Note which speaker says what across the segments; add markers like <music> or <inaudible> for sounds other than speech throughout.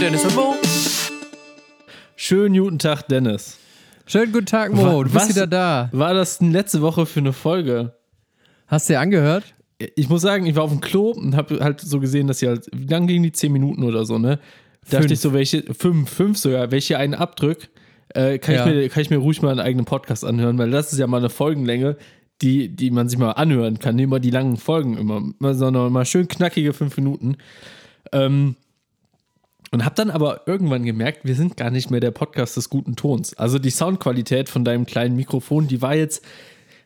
Speaker 1: Dennis und Mo.
Speaker 2: Schönen guten Tag, Dennis.
Speaker 3: Schönen guten Tag, Mo. Oh, Du bist
Speaker 2: Was
Speaker 3: wieder da.
Speaker 2: War das denn letzte Woche für eine Folge?
Speaker 3: Hast du dir angehört?
Speaker 2: Ich muss sagen, ich war auf dem Klo und habe halt so gesehen, dass sie halt, wie lang gingen die? Zehn Minuten oder so, ne? Da dachte
Speaker 3: Fünf.
Speaker 2: ich so, welche, fünf, fünf sogar, welche einen abdrück, äh, kann,
Speaker 3: Ja.
Speaker 2: ich mir, kann ich mir ruhig mal einen eigenen Podcast anhören, weil das ist ja mal eine Folgenlänge, die, die man sich mal anhören kann. Nicht immer die langen Folgen immer, mal- sondern mal schön knackige fünf Minuten. Ähm, und habe dann aber irgendwann gemerkt, wir sind gar nicht mehr der Podcast des guten Tons. Also die Soundqualität von deinem kleinen Mikrofon, die war jetzt,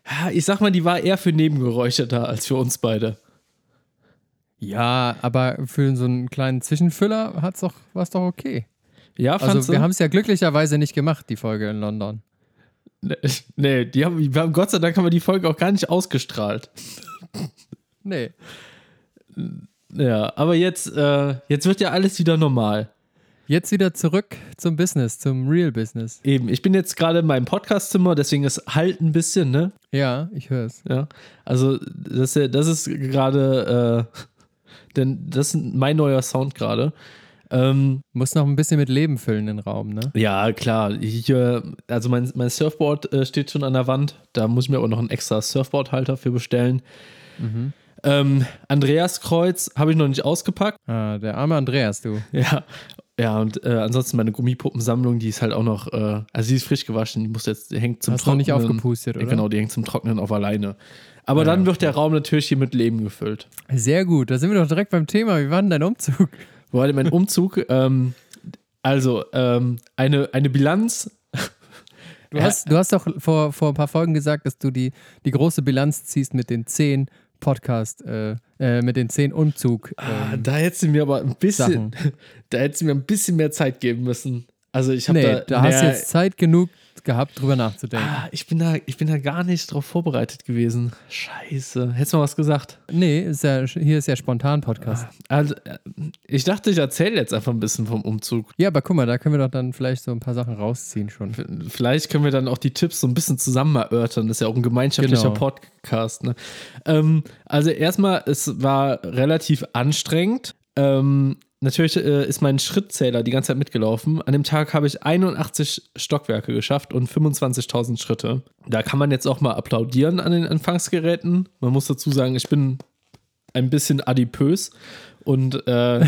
Speaker 2: ah, ich sag mal, die war eher für Nebengeräusche da als für uns beide.
Speaker 3: Ja, aber für so einen kleinen Zwischenfüller hat's doch, war's doch okay.
Speaker 2: Ja,
Speaker 3: Also
Speaker 2: fandst
Speaker 3: wir
Speaker 2: du?
Speaker 3: haben es ja glücklicherweise nicht gemacht, die Folge in London.
Speaker 2: <laughs> Nee, die haben, wir haben, Gott sei Dank haben wir die Folge auch gar nicht ausgestrahlt.
Speaker 3: Nee.
Speaker 2: Ja, aber jetzt, äh, jetzt wird ja alles wieder normal.
Speaker 3: Jetzt wieder zurück zum Business, zum Real Business.
Speaker 2: Eben, ich bin jetzt gerade in meinem Podcastzimmer, deswegen ist halt ein bisschen, ne?
Speaker 3: Ja, ich höre es.
Speaker 2: Ja, also das, ist ja- das ist gerade, äh, denn das ist mein neuer Sound gerade. Ähm,
Speaker 3: Muss noch ein bisschen mit Leben füllen den Raum, ne?
Speaker 2: ja, klar, ich, äh, also mein, mein Surfboard äh, steht schon an der Wand, da muss ich mir auch noch einen extra Surfboardhalter für bestellen.
Speaker 3: Mhm.
Speaker 2: Ähm, Andreas Kreuz habe ich noch nicht ausgepackt. <laughs>
Speaker 3: Ah, der arme Andreas, du.
Speaker 2: Ja, ja und äh, ansonsten meine Gummipuppensammlung, die ist halt auch noch, äh, also die ist frisch gewaschen, die muss jetzt, die hängt zum
Speaker 3: Hast du noch
Speaker 2: Trocknen.
Speaker 3: nicht aufgepustet,
Speaker 2: Ja,
Speaker 3: oder?
Speaker 2: Genau, die hängt zum Trocknen auf alleine. Aber dann wird der Raum natürlich hier mit Leben gefüllt.
Speaker 3: Sehr gut, da sind wir doch direkt beim Thema. Wie war denn dein Umzug?
Speaker 2: Wo hatte mein Umzug? ähm, also, ähm, eine, eine Bilanz.
Speaker 3: Du, hast, du hast doch vor, vor ein paar Folgen gesagt, dass du die, die große Bilanz ziehst mit den zehn Podcast, äh, äh, mit den zehn Umzug.
Speaker 2: Ah,
Speaker 3: ähm,
Speaker 2: da hättest du mir aber ein bisschen, <laughs> da hättest du mir ein bisschen mehr Zeit geben müssen. Also ich habe
Speaker 3: nee,
Speaker 2: da,
Speaker 3: da, hast du
Speaker 2: naja,
Speaker 3: jetzt Zeit genug gehabt, drüber nachzudenken.
Speaker 2: ah, ich bin da, ich bin da gar nicht drauf vorbereitet gewesen. Scheiße, hättest du mal was gesagt?
Speaker 3: Nee, ist ja, hier ist ja spontan Podcast.
Speaker 2: Also, äh, ich dachte, ich erzähle jetzt einfach ein bisschen vom Umzug.
Speaker 3: Ja, aber guck mal, da können wir doch dann vielleicht so ein paar Sachen rausziehen schon.
Speaker 2: Vielleicht können wir dann auch die Tipps so ein bisschen zusammen erörtern. Das ist ja auch ein gemeinschaftlicher
Speaker 3: Genau.
Speaker 2: Podcast. Ne? Ähm, also erstmal, es war relativ anstrengend. Ähm, natürlich äh, ist mein Schrittzähler die ganze Zeit mitgelaufen. An dem Tag habe ich 81 Stockwerke geschafft und 25.000 Schritte. Da kann man jetzt auch mal applaudieren an den Empfangsgeräten. Man muss dazu sagen, ich bin ein bisschen adipös. Und
Speaker 3: <laughs>
Speaker 2: äh,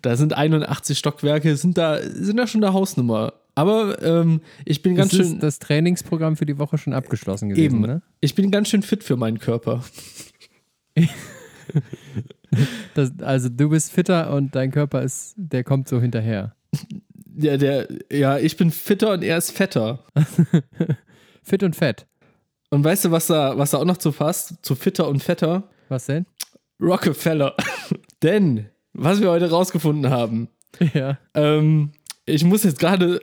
Speaker 2: da sind 81 Stockwerke, sind da, sind da schon der Hausnummer. Aber ähm, ich bin ganz
Speaker 3: Ganz ist
Speaker 2: schön.
Speaker 3: das Trainingsprogramm für die Woche schon abgeschlossen gewesen,
Speaker 2: Eben,
Speaker 3: ne?
Speaker 2: ich bin ganz schön fit für meinen Körper.
Speaker 3: Das, also du bist fitter und dein Körper ist, der kommt so hinterher.
Speaker 2: Ja, der, ja, ich bin fitter und er ist fetter.
Speaker 3: Fit und fett.
Speaker 2: Und weißt du, was da, was da auch noch zu passt? Zu fitter und fetter?
Speaker 3: Was denn?
Speaker 2: Rockefeller. <laughs> Denn, was wir heute rausgefunden haben,
Speaker 3: Ja.
Speaker 2: Ähm, ich muss jetzt gerade,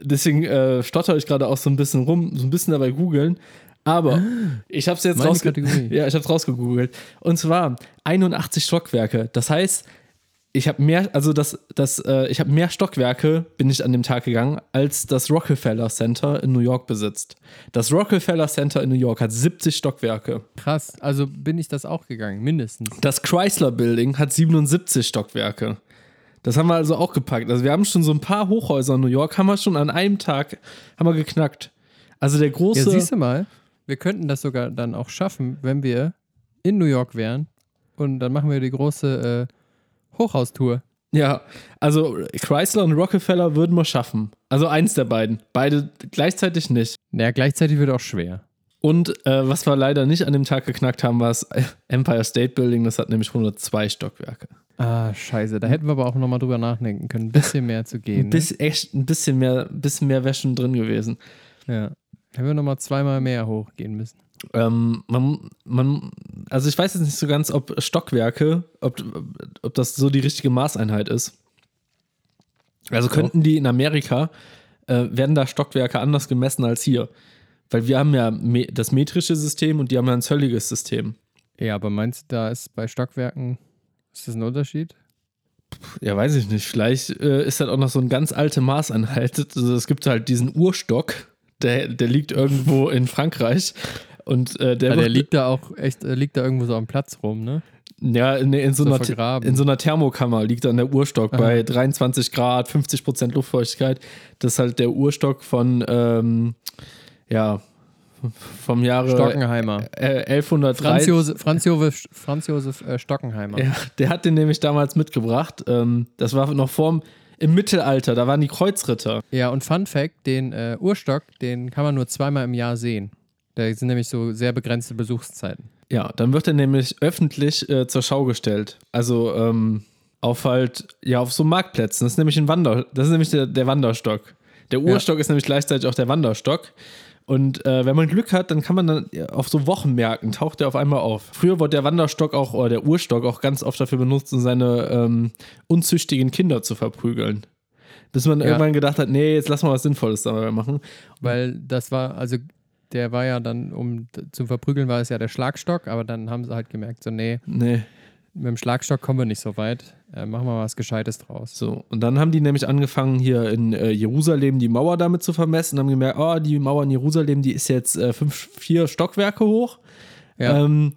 Speaker 2: deswegen äh, stotter ich gerade auch so ein bisschen rum, so ein bisschen dabei googeln. Aber ich habe es jetzt
Speaker 3: Ah, Meine
Speaker 2: rausge-
Speaker 3: Kategorie.
Speaker 2: ja, ich hab's rausgegoogelt. Und zwar 81 Stockwerke. Das heißt, ich habe mehr, also das, das, äh, ich habe mehr Stockwerke bin ich an dem Tag gegangen, als das Rockefeller Center in New York besitzt. Das Rockefeller Center in New York hat 70 Stockwerke.
Speaker 3: Krass. Also bin ich das auch gegangen, mindestens.
Speaker 2: Das Chrysler Building hat 77 Stockwerke. Das haben wir also auch gepackt. Also wir haben schon so ein paar Hochhäuser in New York, haben wir schon an einem Tag haben wir geknackt. Also der
Speaker 3: Ja,
Speaker 2: große,
Speaker 3: siehst du mal, wir könnten das sogar dann auch schaffen, wenn wir in New York wären und dann machen wir die große äh, Hochhaustour.
Speaker 2: ja, also Chrysler und Rockefeller würden wir schaffen. Also eins der beiden, beide gleichzeitig nicht.
Speaker 3: Naja, gleichzeitig wird auch schwer.
Speaker 2: Und äh, was wir leider nicht an dem Tag geknackt haben, war das <laughs> Empire State Building. Das hat nämlich 102 Stockwerke.
Speaker 3: Ah, scheiße. Da hätten wir aber auch nochmal drüber nachdenken können, ein bisschen mehr zu gehen.
Speaker 2: Ein,
Speaker 3: ne?
Speaker 2: bisschen, echt, ein bisschen mehr, bisschen mehr wäre schon drin gewesen.
Speaker 3: Ja. Hätten wir nochmal zweimal mehr hochgehen müssen.
Speaker 2: Ähm, man, man, also ich weiß jetzt nicht so ganz, ob Stockwerke, ob, ob das so die richtige Maßeinheit ist. Also könnten die in Amerika, äh, werden da Stockwerke anders gemessen als hier. Weil wir haben ja me das metrische System und die haben ja ein zölliges System.
Speaker 3: Ja, aber meinst du, da ist bei Stockwerken, ist das ein Unterschied?
Speaker 2: Ja, weiß ich nicht. Vielleicht äh, ist das auch noch so ein ganz alte Maßeinheit. Also es gibt halt diesen Urstock, der, der liegt irgendwo in Frankreich. Und äh, der,
Speaker 3: Ja, der
Speaker 2: wird-
Speaker 3: liegt da auch echt, äh, liegt da irgendwo so am Platz rum, ne?
Speaker 2: Ja, in, in, so
Speaker 3: So
Speaker 2: einer,
Speaker 3: vergraben.
Speaker 2: in so einer Thermokammer liegt dann der Urstock bei 23 Grad, 50 Prozent Luftfeuchtigkeit. Das ist halt der Urstock von, ähm, ja, vom Jahre
Speaker 3: Stockenheimer.
Speaker 2: äh, 1130.
Speaker 3: Franz Josef, Franz Josef, Franz Josef äh, Stockenheimer.
Speaker 2: Ja, der hat den nämlich damals mitgebracht. Ähm, das war noch vorm, im Mittelalter, da waren die Kreuzritter.
Speaker 3: Ja, und Fun Fact: den äh, Urstock, den kann man nur zweimal im Jahr sehen. Da sind nämlich so sehr begrenzte Besuchszeiten.
Speaker 2: Ja, dann wird er nämlich öffentlich äh, zur Schau gestellt. Also ähm, auf halt, ja, auf so Marktplätzen. Das ist nämlich ein Wander, das ist nämlich der, der Wanderstock. Der Urstock ist nämlich gleichzeitig auch der Wanderstock. Und äh, wenn man Glück hat, dann kann man dann ja, auf so Wochenmärkten taucht er auf einmal auf. Früher wurde der Wanderstock auch, oder der Urstock auch ganz oft dafür benutzt, um seine ähm, unzüchtigen Kinder zu verprügeln. Bis man
Speaker 3: Ja.
Speaker 2: irgendwann gedacht hat, nee, jetzt lass mal was Sinnvolles dabei machen.
Speaker 3: Weil das war, also der war ja dann, um d- zum Verprügeln war es ja der Schlagstock, aber dann haben sie halt gemerkt, so, nee,
Speaker 2: Nee.
Speaker 3: mit dem Schlagstock kommen wir nicht so weit. Äh, machen wir mal was Gescheites draus.
Speaker 2: So, und dann haben die nämlich angefangen, hier in äh, Jerusalem die Mauer damit zu vermessen und haben gemerkt, oh, die Mauer in Jerusalem, die ist jetzt äh, fünf, vier Stockwerke hoch.
Speaker 3: Ja.
Speaker 2: Ähm,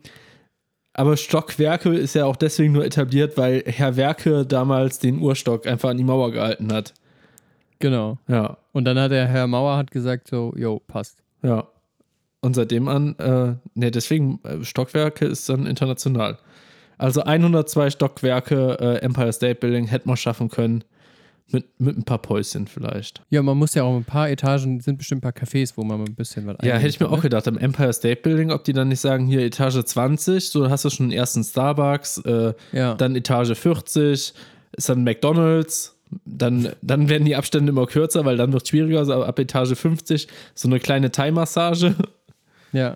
Speaker 2: aber Stockwerke ist ja auch deswegen nur etabliert, weil Herr Werke damals den Urstock einfach an die Mauer gehalten hat.
Speaker 3: Genau.
Speaker 2: Ja,
Speaker 3: Und dann hat der Herr Mauer hat gesagt, so, jo, passt.
Speaker 2: ja. Und seitdem an, äh, ne, deswegen äh, Stockwerke ist dann international. Also 102 Stockwerke äh, Empire State Building hätten wir schaffen können. Mit, mit ein paar Päuschen vielleicht.
Speaker 3: Ja, man muss ja auch ein paar Etagen, sind bestimmt ein paar Cafés, wo man mal ein bisschen was
Speaker 2: Ja,
Speaker 3: einrichten
Speaker 2: hätte ich mir
Speaker 3: kann,
Speaker 2: auch gedacht, am Empire State Building, ob die dann nicht sagen, hier Etage 20, so hast du schon den ersten Starbucks, äh,
Speaker 3: ne? Ja.
Speaker 2: dann Etage 40, ist dann McDonalds, dann, dann werden die Abstände immer kürzer, weil dann wird es schwieriger, also ab Etage 50 so eine kleine Thai-Massage, <laughs>
Speaker 3: ja.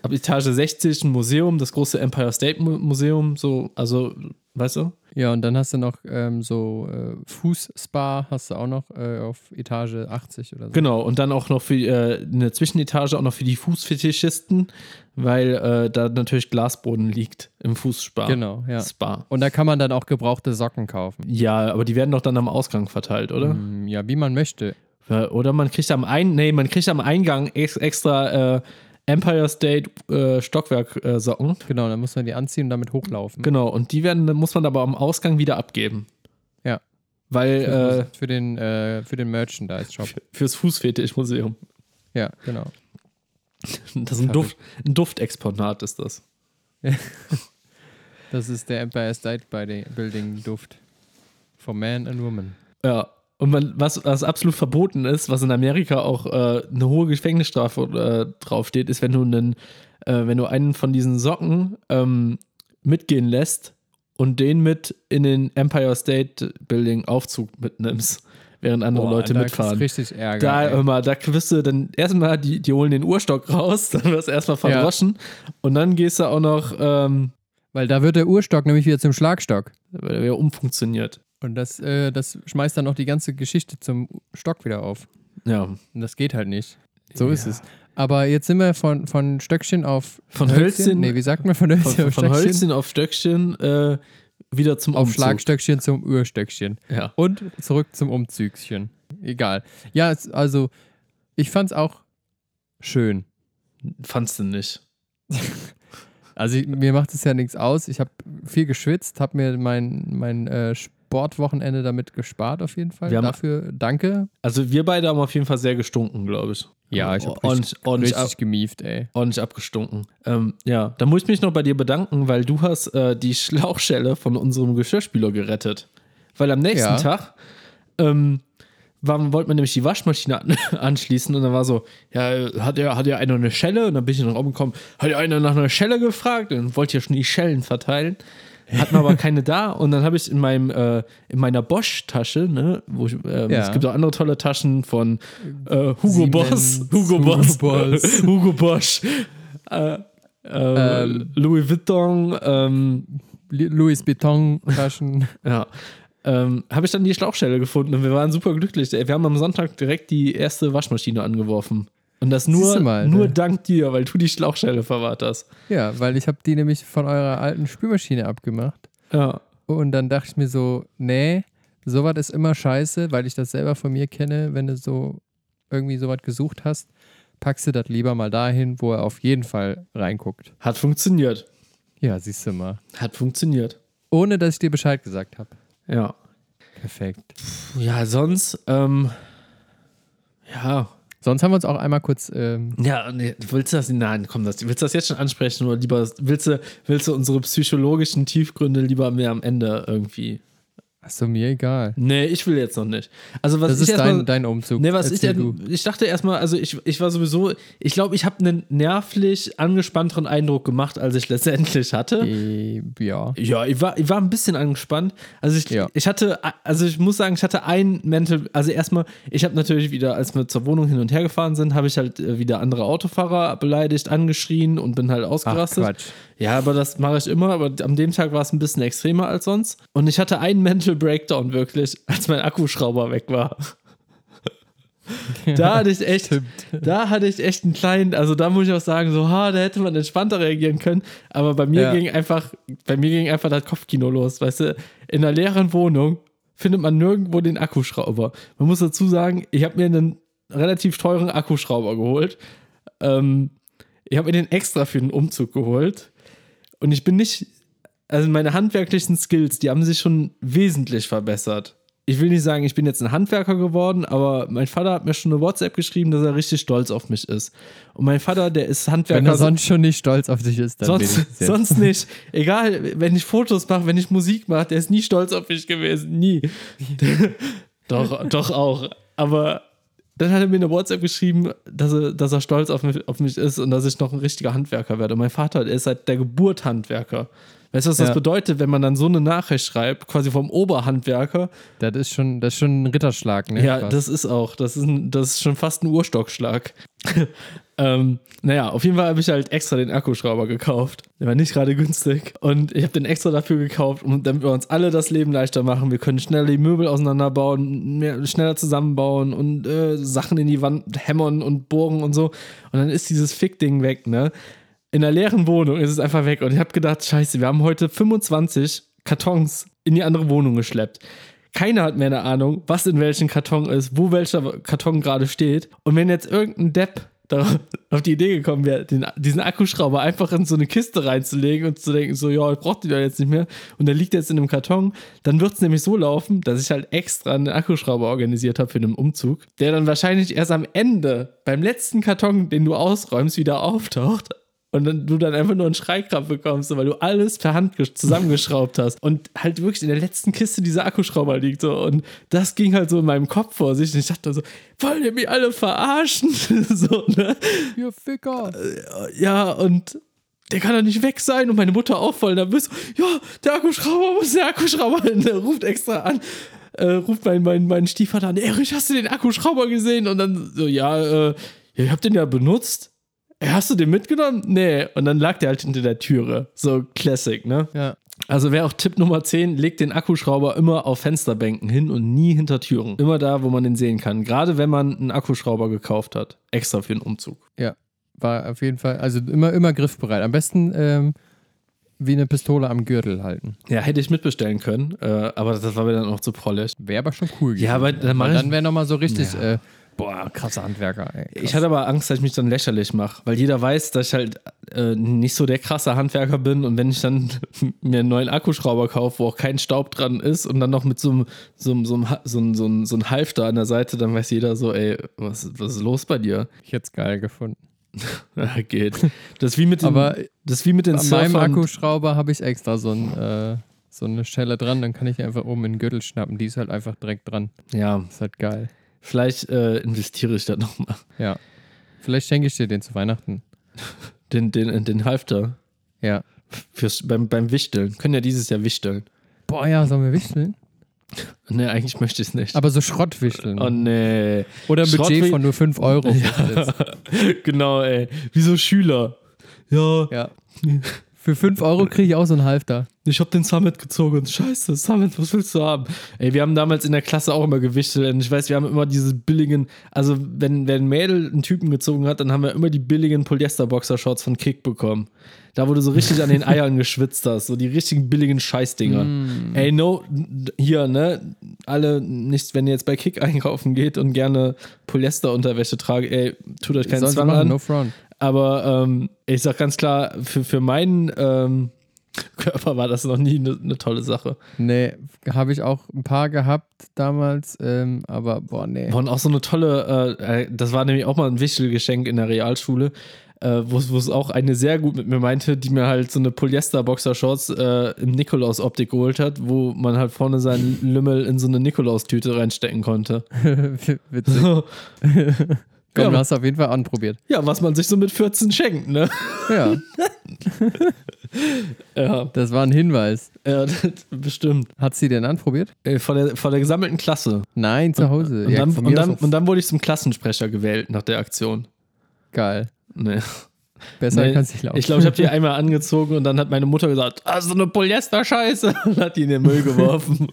Speaker 2: ab Etage 60 ein Museum, das große Empire State Mu- Museum, so, also, weißt du?
Speaker 3: Ja, und dann hast du noch ähm, so äh, Fußspa, hast du auch noch äh, auf Etage 80 oder so.
Speaker 2: Genau, und dann auch noch für äh, eine Zwischenetage, auch noch für die Fußfetischisten, weil äh, da natürlich Glasboden liegt im Fußspa.
Speaker 3: Genau, ja.
Speaker 2: Spa.
Speaker 3: Und da kann man dann auch gebrauchte Socken kaufen.
Speaker 2: Ja, aber die werden doch dann am Ausgang verteilt, oder?
Speaker 3: Hm, Ja, wie man möchte.
Speaker 2: Äh, Oder man kriegt am ein nee, man kriegt am Eingang ex extra äh, Empire State äh, Stockwerk äh, Socken.
Speaker 3: Genau, dann muss man die anziehen und damit hochlaufen.
Speaker 2: Genau, und die werden muss man aber am Ausgang wieder abgeben.
Speaker 3: Ja.
Speaker 2: Weil
Speaker 3: Für, für den, äh, für den Merchandise-Shop.
Speaker 2: äh, fürs Fußfetisch-Museum.
Speaker 3: <laughs>
Speaker 2: <laughs>
Speaker 3: Ja, genau.
Speaker 2: Das ist ein, Duft, ein Duftexponat ist das.
Speaker 3: Das ist der Empire State Building- Building Duft. For Man and Woman.
Speaker 2: Ja. Und man, was, was absolut verboten ist, was in Amerika auch äh, eine hohe Gefängnisstrafe äh, draufsteht, ist, wenn du einen, äh, wenn du einen von diesen Socken ähm, mitgehen lässt und den mit in den Empire State Building Aufzug mitnimmst, während andere Leute
Speaker 3: da kriegst du
Speaker 2: mitfahren.
Speaker 3: richtig Ärger.
Speaker 2: Da ähm,
Speaker 3: ey.
Speaker 2: immer, da wirst du dann erstmal, die, die holen den Urstock raus, <laughs> dann wirst du erstmal verdroschen und dann gehst du auch noch, ähm,
Speaker 3: Weil da wird der Urstock nämlich wieder zum Schlagstock.
Speaker 2: der wird umfunktioniert.
Speaker 3: Und das, äh, das schmeißt dann auch die ganze Geschichte zum Stock wieder auf.
Speaker 2: Ja.
Speaker 3: Und das geht halt nicht. So ist
Speaker 2: Ja.
Speaker 3: es. Aber jetzt sind wir von, von Stöckchen auf
Speaker 2: Von Hölzchen-
Speaker 3: Nee, wie sagt man von Hölzchen
Speaker 2: Von,
Speaker 3: auf
Speaker 2: von
Speaker 3: Stöckchen?
Speaker 2: Hölzchen auf Stöckchen äh, wieder zum
Speaker 3: auf
Speaker 2: Umzug.
Speaker 3: Schlagstöckchen zum Urstöckchen.
Speaker 2: Ja.
Speaker 3: Und zurück zum Umzügchen. Egal. Ja, es, also ich fand's auch schön.
Speaker 2: Fandst du nicht?
Speaker 3: Also ich, mir macht es ja nichts aus. Ich habe viel geschwitzt, habe mir mein, mein äh, Sportwochenende damit gespart auf jeden Fall.
Speaker 2: Wir haben-
Speaker 3: Dafür danke.
Speaker 2: Also wir beide haben auf jeden Fall sehr gestunken, glaube ich.
Speaker 3: Ja, ich habe
Speaker 2: ordentlich, ordentlich, ab,
Speaker 3: richtig gemieft, ey.
Speaker 2: ordentlich abgestunken. Ähm, ja, da muss ich mich noch bei dir bedanken, weil du hast äh, die Schlauchschelle von unserem Geschirrspüler gerettet. Weil am nächsten
Speaker 3: Ja.
Speaker 2: Tag ähm, war, wollte man nämlich die Waschmaschine an, <laughs> anschließen und dann war so, ja, hat ja, hat ja einer eine Schelle? Und dann bin ich in den Raum gekommen, hat ja einer nach einer Schelle gefragt und wollte ja schon die Schellen verteilen.
Speaker 3: <laughs>
Speaker 2: Hatten aber keine da und dann habe ich in meinem äh, in meiner Bosch-Tasche, ne, wo ich, ähm,
Speaker 3: Ja.
Speaker 2: es gibt auch andere tolle Taschen von äh, Hugo Boss,
Speaker 3: Siemens, Hugo
Speaker 2: Hugo Boss,
Speaker 3: Boss.
Speaker 2: <laughs> Hugo Bosch, äh, äh,
Speaker 3: Ähm.
Speaker 2: Louis Vuitton, ähm,
Speaker 3: Li- Louis Beton-Taschen.
Speaker 2: ja. Ähm, habe ich dann die Schlauchstelle gefunden und wir waren super glücklich. Wir haben am Sonntag direkt die erste Waschmaschine angeworfen. Und das nur,
Speaker 3: Siehste mal,
Speaker 2: nur
Speaker 3: ne?
Speaker 2: dank dir, weil du die Schlauchstelle verwahrt hast.
Speaker 3: ja, weil ich habe die nämlich von eurer alten Spülmaschine abgemacht.
Speaker 2: Ja.
Speaker 3: Und dann dachte ich mir so, nee, sowas ist immer scheiße, weil ich das selber von mir kenne, wenn du so irgendwie sowas gesucht hast, packst du das lieber mal dahin, wo er auf jeden Fall reinguckt.
Speaker 2: Hat funktioniert.
Speaker 3: Ja, siehst du mal.
Speaker 2: Hat funktioniert.
Speaker 3: Ohne, dass ich dir Bescheid gesagt habe.
Speaker 2: Ja.
Speaker 3: Perfekt.
Speaker 2: Ja, sonst, ähm, ja.
Speaker 3: Sonst haben wir uns auch einmal kurz. Ähm,
Speaker 2: Ja, nee, willst du das? Nein, komm, das, willst du das jetzt schon ansprechen oder lieber willst du, willst du unsere psychologischen Tiefgründe lieber mehr am Ende irgendwie?
Speaker 3: achso, mir egal.
Speaker 2: Nee, ich will jetzt noch nicht. Also was
Speaker 3: Das
Speaker 2: ich
Speaker 3: ist
Speaker 2: erstmal-
Speaker 3: dein, dein Umzug.
Speaker 2: Nee, was ich,
Speaker 3: Erzähl
Speaker 2: denn, ich dachte erstmal, also ich, ich war sowieso, ich glaube, ich habe einen nervlich angespannteren Eindruck gemacht, als ich letztendlich hatte.
Speaker 3: du? Äh, Ja.
Speaker 2: Ja, ich war, ich war ein bisschen angespannt. Also ich,
Speaker 3: Ja.
Speaker 2: ich hatte, also ich muss sagen, ich hatte ein Mental, also erstmal, ich habe natürlich wieder, als wir zur Wohnung hin und her gefahren sind, habe ich halt äh, wieder andere Autofahrer beleidigt, angeschrien und bin halt ausgerastet.
Speaker 3: Quatsch.
Speaker 2: Ja, aber das mache ich immer, aber an dem Tag war es ein bisschen extremer als sonst. Und ich hatte einen Mental Breakdown wirklich, als mein Akkuschrauber weg war. Da hatte ich echt, da hatte ich echt einen kleinen, also da muss ich auch sagen, so, ha, da hätte man entspannter reagieren können. Aber bei mir
Speaker 3: Ja.
Speaker 2: ging einfach, bei mir ging einfach das Kopfkino los, weißt du, in einer leeren Wohnung findet man nirgendwo den Akkuschrauber. Man muss dazu sagen, ich habe mir einen relativ teuren Akkuschrauber geholt. Ähm, ich habe mir den extra für den Umzug geholt. Und ich bin nicht, also meine handwerklichen Skills, die haben sich schon wesentlich verbessert. Ich will nicht sagen, ich bin jetzt ein Handwerker geworden, aber mein Vater hat mir schon eine WhatsApp geschrieben, dass er richtig stolz auf mich ist. Und mein Vater, der ist Handwerker.
Speaker 3: Wenn er sonst schon nicht stolz auf dich ist, dann bin ich
Speaker 2: sonst, sonst nicht. Egal, wenn ich Fotos mache, wenn ich Musik mache, der ist nie stolz auf mich
Speaker 3: <laughs>
Speaker 2: gewesen. Nie. doch, doch auch. Aber dann hat er mir eine WhatsApp geschrieben, dass er, dass er stolz auf mich, auf mich ist und dass ich noch ein richtiger Handwerker werde. Und mein Vater, der ist seit der Geburt Handwerker. Weißt du, was das
Speaker 3: Ja.
Speaker 2: bedeutet, wenn man dann so eine Nachricht schreibt, quasi vom Oberhandwerker?
Speaker 3: Das ist schon, das ist schon ein Ritterschlag, ne?
Speaker 2: Ja,
Speaker 3: Fast.
Speaker 2: das ist auch. Das ist, ein, das ist schon fast ein Urstockschlag. <laughs> ähm, naja, auf jeden Fall habe ich halt extra den Akkuschrauber gekauft. Der war nicht gerade günstig. Und ich habe den extra dafür gekauft, um, damit wir uns alle das Leben leichter machen. Wir können schneller die Möbel auseinanderbauen, mehr, schneller zusammenbauen und äh, Sachen in die Wand hämmern und bohren und so. Und dann ist dieses Fick-Ding weg, ne? In einer leeren Wohnung ist es einfach weg. Und ich habe gedacht, scheiße, wir haben heute 25 Kartons in die andere Wohnung geschleppt. Keiner hat mehr eine Ahnung, was in welchem Karton ist, wo welcher Karton gerade steht. Und wenn jetzt irgendein Depp darauf, <laughs> auf die Idee gekommen wäre, den, diesen Akkuschrauber einfach in so eine Kiste reinzulegen und zu denken, so, ja, ich brauche die doch jetzt nicht mehr und der liegt jetzt in einem Karton, dann wird es nämlich so laufen, dass ich halt extra einen Akkuschrauber organisiert habe für den Umzug, der dann wahrscheinlich erst am Ende, beim letzten Karton, den du ausräumst, wieder auftaucht. Und dann, du dann einfach nur einen Schreikrampf bekommst, so, weil du alles per Hand gesch- zusammengeschraubt hast. Und halt wirklich in der letzten Kiste dieser Akkuschrauber liegt. So. Und das ging halt so in meinem Kopf vor sich. Und ich dachte so, wollt ihr mich alle verarschen? <laughs> so, ne?
Speaker 3: Ihr
Speaker 2: Äh,
Speaker 3: Ficker.
Speaker 2: ja, und der kann doch nicht weg sein und meine Mutter auch voll nervös. Ja, der Akkuschrauber muss der Akkuschrauber <laughs> hin. Der ruft extra an, äh, ruft meinen mein, mein Stiefvater an. Erich, hast du den Akkuschrauber gesehen? Und dann so, ja, äh, ja, ich hab den ja benutzt. "Ey, Hast du den mitgenommen? Nee. Und dann lag der halt hinter der Türe. So Classic, ne?
Speaker 3: Ja.
Speaker 2: Also wäre auch Tipp Nummer 10, legt den Akkuschrauber immer auf Fensterbänken hin und nie hinter Türen. Immer da, wo man den sehen kann. Gerade wenn man einen Akkuschrauber gekauft hat. Extra für den Umzug.
Speaker 3: ja, war auf jeden Fall, also immer, immer griffbereit. Am besten ähm, wie eine Pistole am Gürtel halten.
Speaker 2: Ja, hätte ich mitbestellen können, äh, aber das war mir dann auch zu prollig.
Speaker 3: Wäre aber schon cool gewesen.
Speaker 2: Ja, aber dann mach
Speaker 3: Weil
Speaker 2: ich-
Speaker 3: dann wäre nochmal so richtig,
Speaker 2: Ja.
Speaker 3: äh, boah, krasser Handwerker. Ey, krass.
Speaker 2: Ich hatte aber Angst, dass ich mich dann lächerlich mache, weil jeder weiß, dass ich halt äh, nicht so der krasse Handwerker bin und wenn ich dann <laughs> mir einen neuen Akkuschrauber kaufe, wo auch kein Staub dran ist und dann noch mit so einem so einem- so einem Ha- so einem- so einem- so einem Halfter an der Seite, dann weiß jeder so, ey, was, was ist los bei dir? <laughs>
Speaker 3: ich jetzt geil gefunden.
Speaker 2: Ja, geht. Das ist wie mit den,
Speaker 3: Aber
Speaker 2: das ist wie mit den
Speaker 3: An meinem
Speaker 2: Surfern.
Speaker 3: Akkuschrauber habe ich extra so, ein, äh, so eine Schelle dran, dann kann ich einfach oben in den Gürtel schnappen. Die ist halt einfach direkt dran.
Speaker 2: Ja,
Speaker 3: Ist halt geil.
Speaker 2: vielleicht äh, investiere ich da nochmal.
Speaker 3: Ja. Vielleicht schenke ich dir den zu Weihnachten.
Speaker 2: Den, den, den Halfter
Speaker 3: Ja.
Speaker 2: fürs, beim, beim Wichteln. Können ja dieses Jahr wichteln.
Speaker 3: Boah, ja, sollen wir wichteln?
Speaker 2: Nee, eigentlich möchte ich es nicht.
Speaker 3: Aber so Schrottwichteln.
Speaker 2: Oh nee.
Speaker 3: Oder ein Budget
Speaker 2: Schrottwi-
Speaker 3: von nur 5 Euro. Ja.
Speaker 2: <laughs> genau, ey. Wie so Schüler. Ja,
Speaker 3: ja. <laughs> Für 5 Euro kriege ich auch so einen Halfter.
Speaker 2: ich hab den Summit gezogen und scheiße, Summit, was willst du haben? Ey, wir haben damals in der Klasse auch immer gewichtelt und ich weiß, wir haben immer diese billigen, also wenn, wenn ein Mädel einen Typen gezogen hat, dann haben wir immer die billigen Polyester-Boxershorts von Kick bekommen. Da, wo du so richtig an den Eiern geschwitzt hast, so die richtigen billigen Scheißdinger. Ey, no, hier, ne, alle nicht, wenn ihr jetzt bei Kick einkaufen geht und gerne Polyester-Unterwäsche tragt, ey, tut euch keinen
Speaker 3: Sollen sie
Speaker 2: Zwang
Speaker 3: machen,
Speaker 2: an.
Speaker 3: no front.
Speaker 2: Aber ähm, ich sag ganz klar, für, für meinen ähm, Körper war das noch nie eine ne tolle Sache.
Speaker 3: Nee, habe ich auch ein paar gehabt damals, ähm, aber boah, nee. <laughs>
Speaker 2: Und auch so eine tolle, äh, das war nämlich auch mal ein Wichtelgeschenk in der Realschule, äh, wo es auch eine sehr gut mit mir meinte, die mir halt so eine Polyester-Boxershorts äh, im Nikolaus-Optik geholt hat, wo man halt vorne seinen Lümmel in so eine Nikolaus-Tüte reinstecken konnte. <laughs>
Speaker 3: Witzig. Komm,
Speaker 2: Ja.
Speaker 3: du hast auf jeden Fall anprobiert.
Speaker 2: Ja, was man sich so mit 14 schenkt, ne?
Speaker 3: Ja,
Speaker 2: Ja,
Speaker 3: das war ein Hinweis.
Speaker 2: <laughs> ja das- bestimmt.
Speaker 3: Hat sie denn anprobiert?
Speaker 2: Äh, Von der, von der gesammelten Klasse.
Speaker 3: Nein, zu Hause.
Speaker 2: Und,
Speaker 3: Ja,
Speaker 2: dann,
Speaker 3: von
Speaker 2: und,
Speaker 3: mir aus
Speaker 2: dann,
Speaker 3: auch-
Speaker 2: und dann wurde ich zum Klassensprecher gewählt nach der Aktion.
Speaker 3: geil.
Speaker 2: Nee.
Speaker 3: Besser
Speaker 2: Nee,
Speaker 3: kannst du nicht laufen.
Speaker 2: Ich glaube, ich habe die einmal angezogen und dann hat meine Mutter gesagt, ah, so eine Polyester-Scheiße <laughs> und hat die in den Müll
Speaker 3: <laughs>
Speaker 2: geworfen.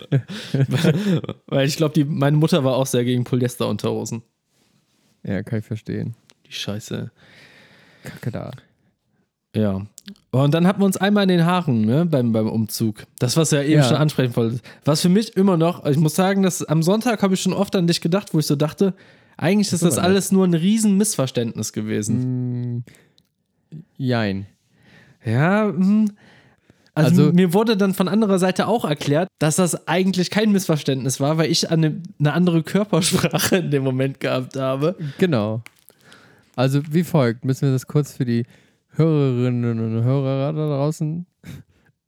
Speaker 2: Weil ich glaube, die- meine Mutter war auch sehr gegen Polyester-Unterhosen.
Speaker 3: ja, kann ich verstehen.
Speaker 2: Die Scheiße.
Speaker 3: Kacke da.
Speaker 2: Ja. Und dann hatten wir uns einmal in den Haaren, ne, beim, beim Umzug. Das, was du ja eben
Speaker 3: Ja.
Speaker 2: schon ansprechen wolltest. Was für mich immer noch, also ich muss sagen, dass am Sonntag habe ich schon oft an dich gedacht, wo ich so dachte, eigentlich ist das
Speaker 3: aber
Speaker 2: alles nur ein riesen Missverständnis
Speaker 3: Mhm.
Speaker 2: gewesen.
Speaker 3: Jein.
Speaker 2: Ja, hm. also,
Speaker 3: Also-
Speaker 2: mir wurde dann von anderer Seite auch erklärt, dass das eigentlich kein Missverständnis war, weil ich eine, eine andere Körpersprache in dem Moment gehabt habe.
Speaker 3: Genau. Also wie folgt, müssen wir das kurz für die Hörerinnen und Hörer da draußen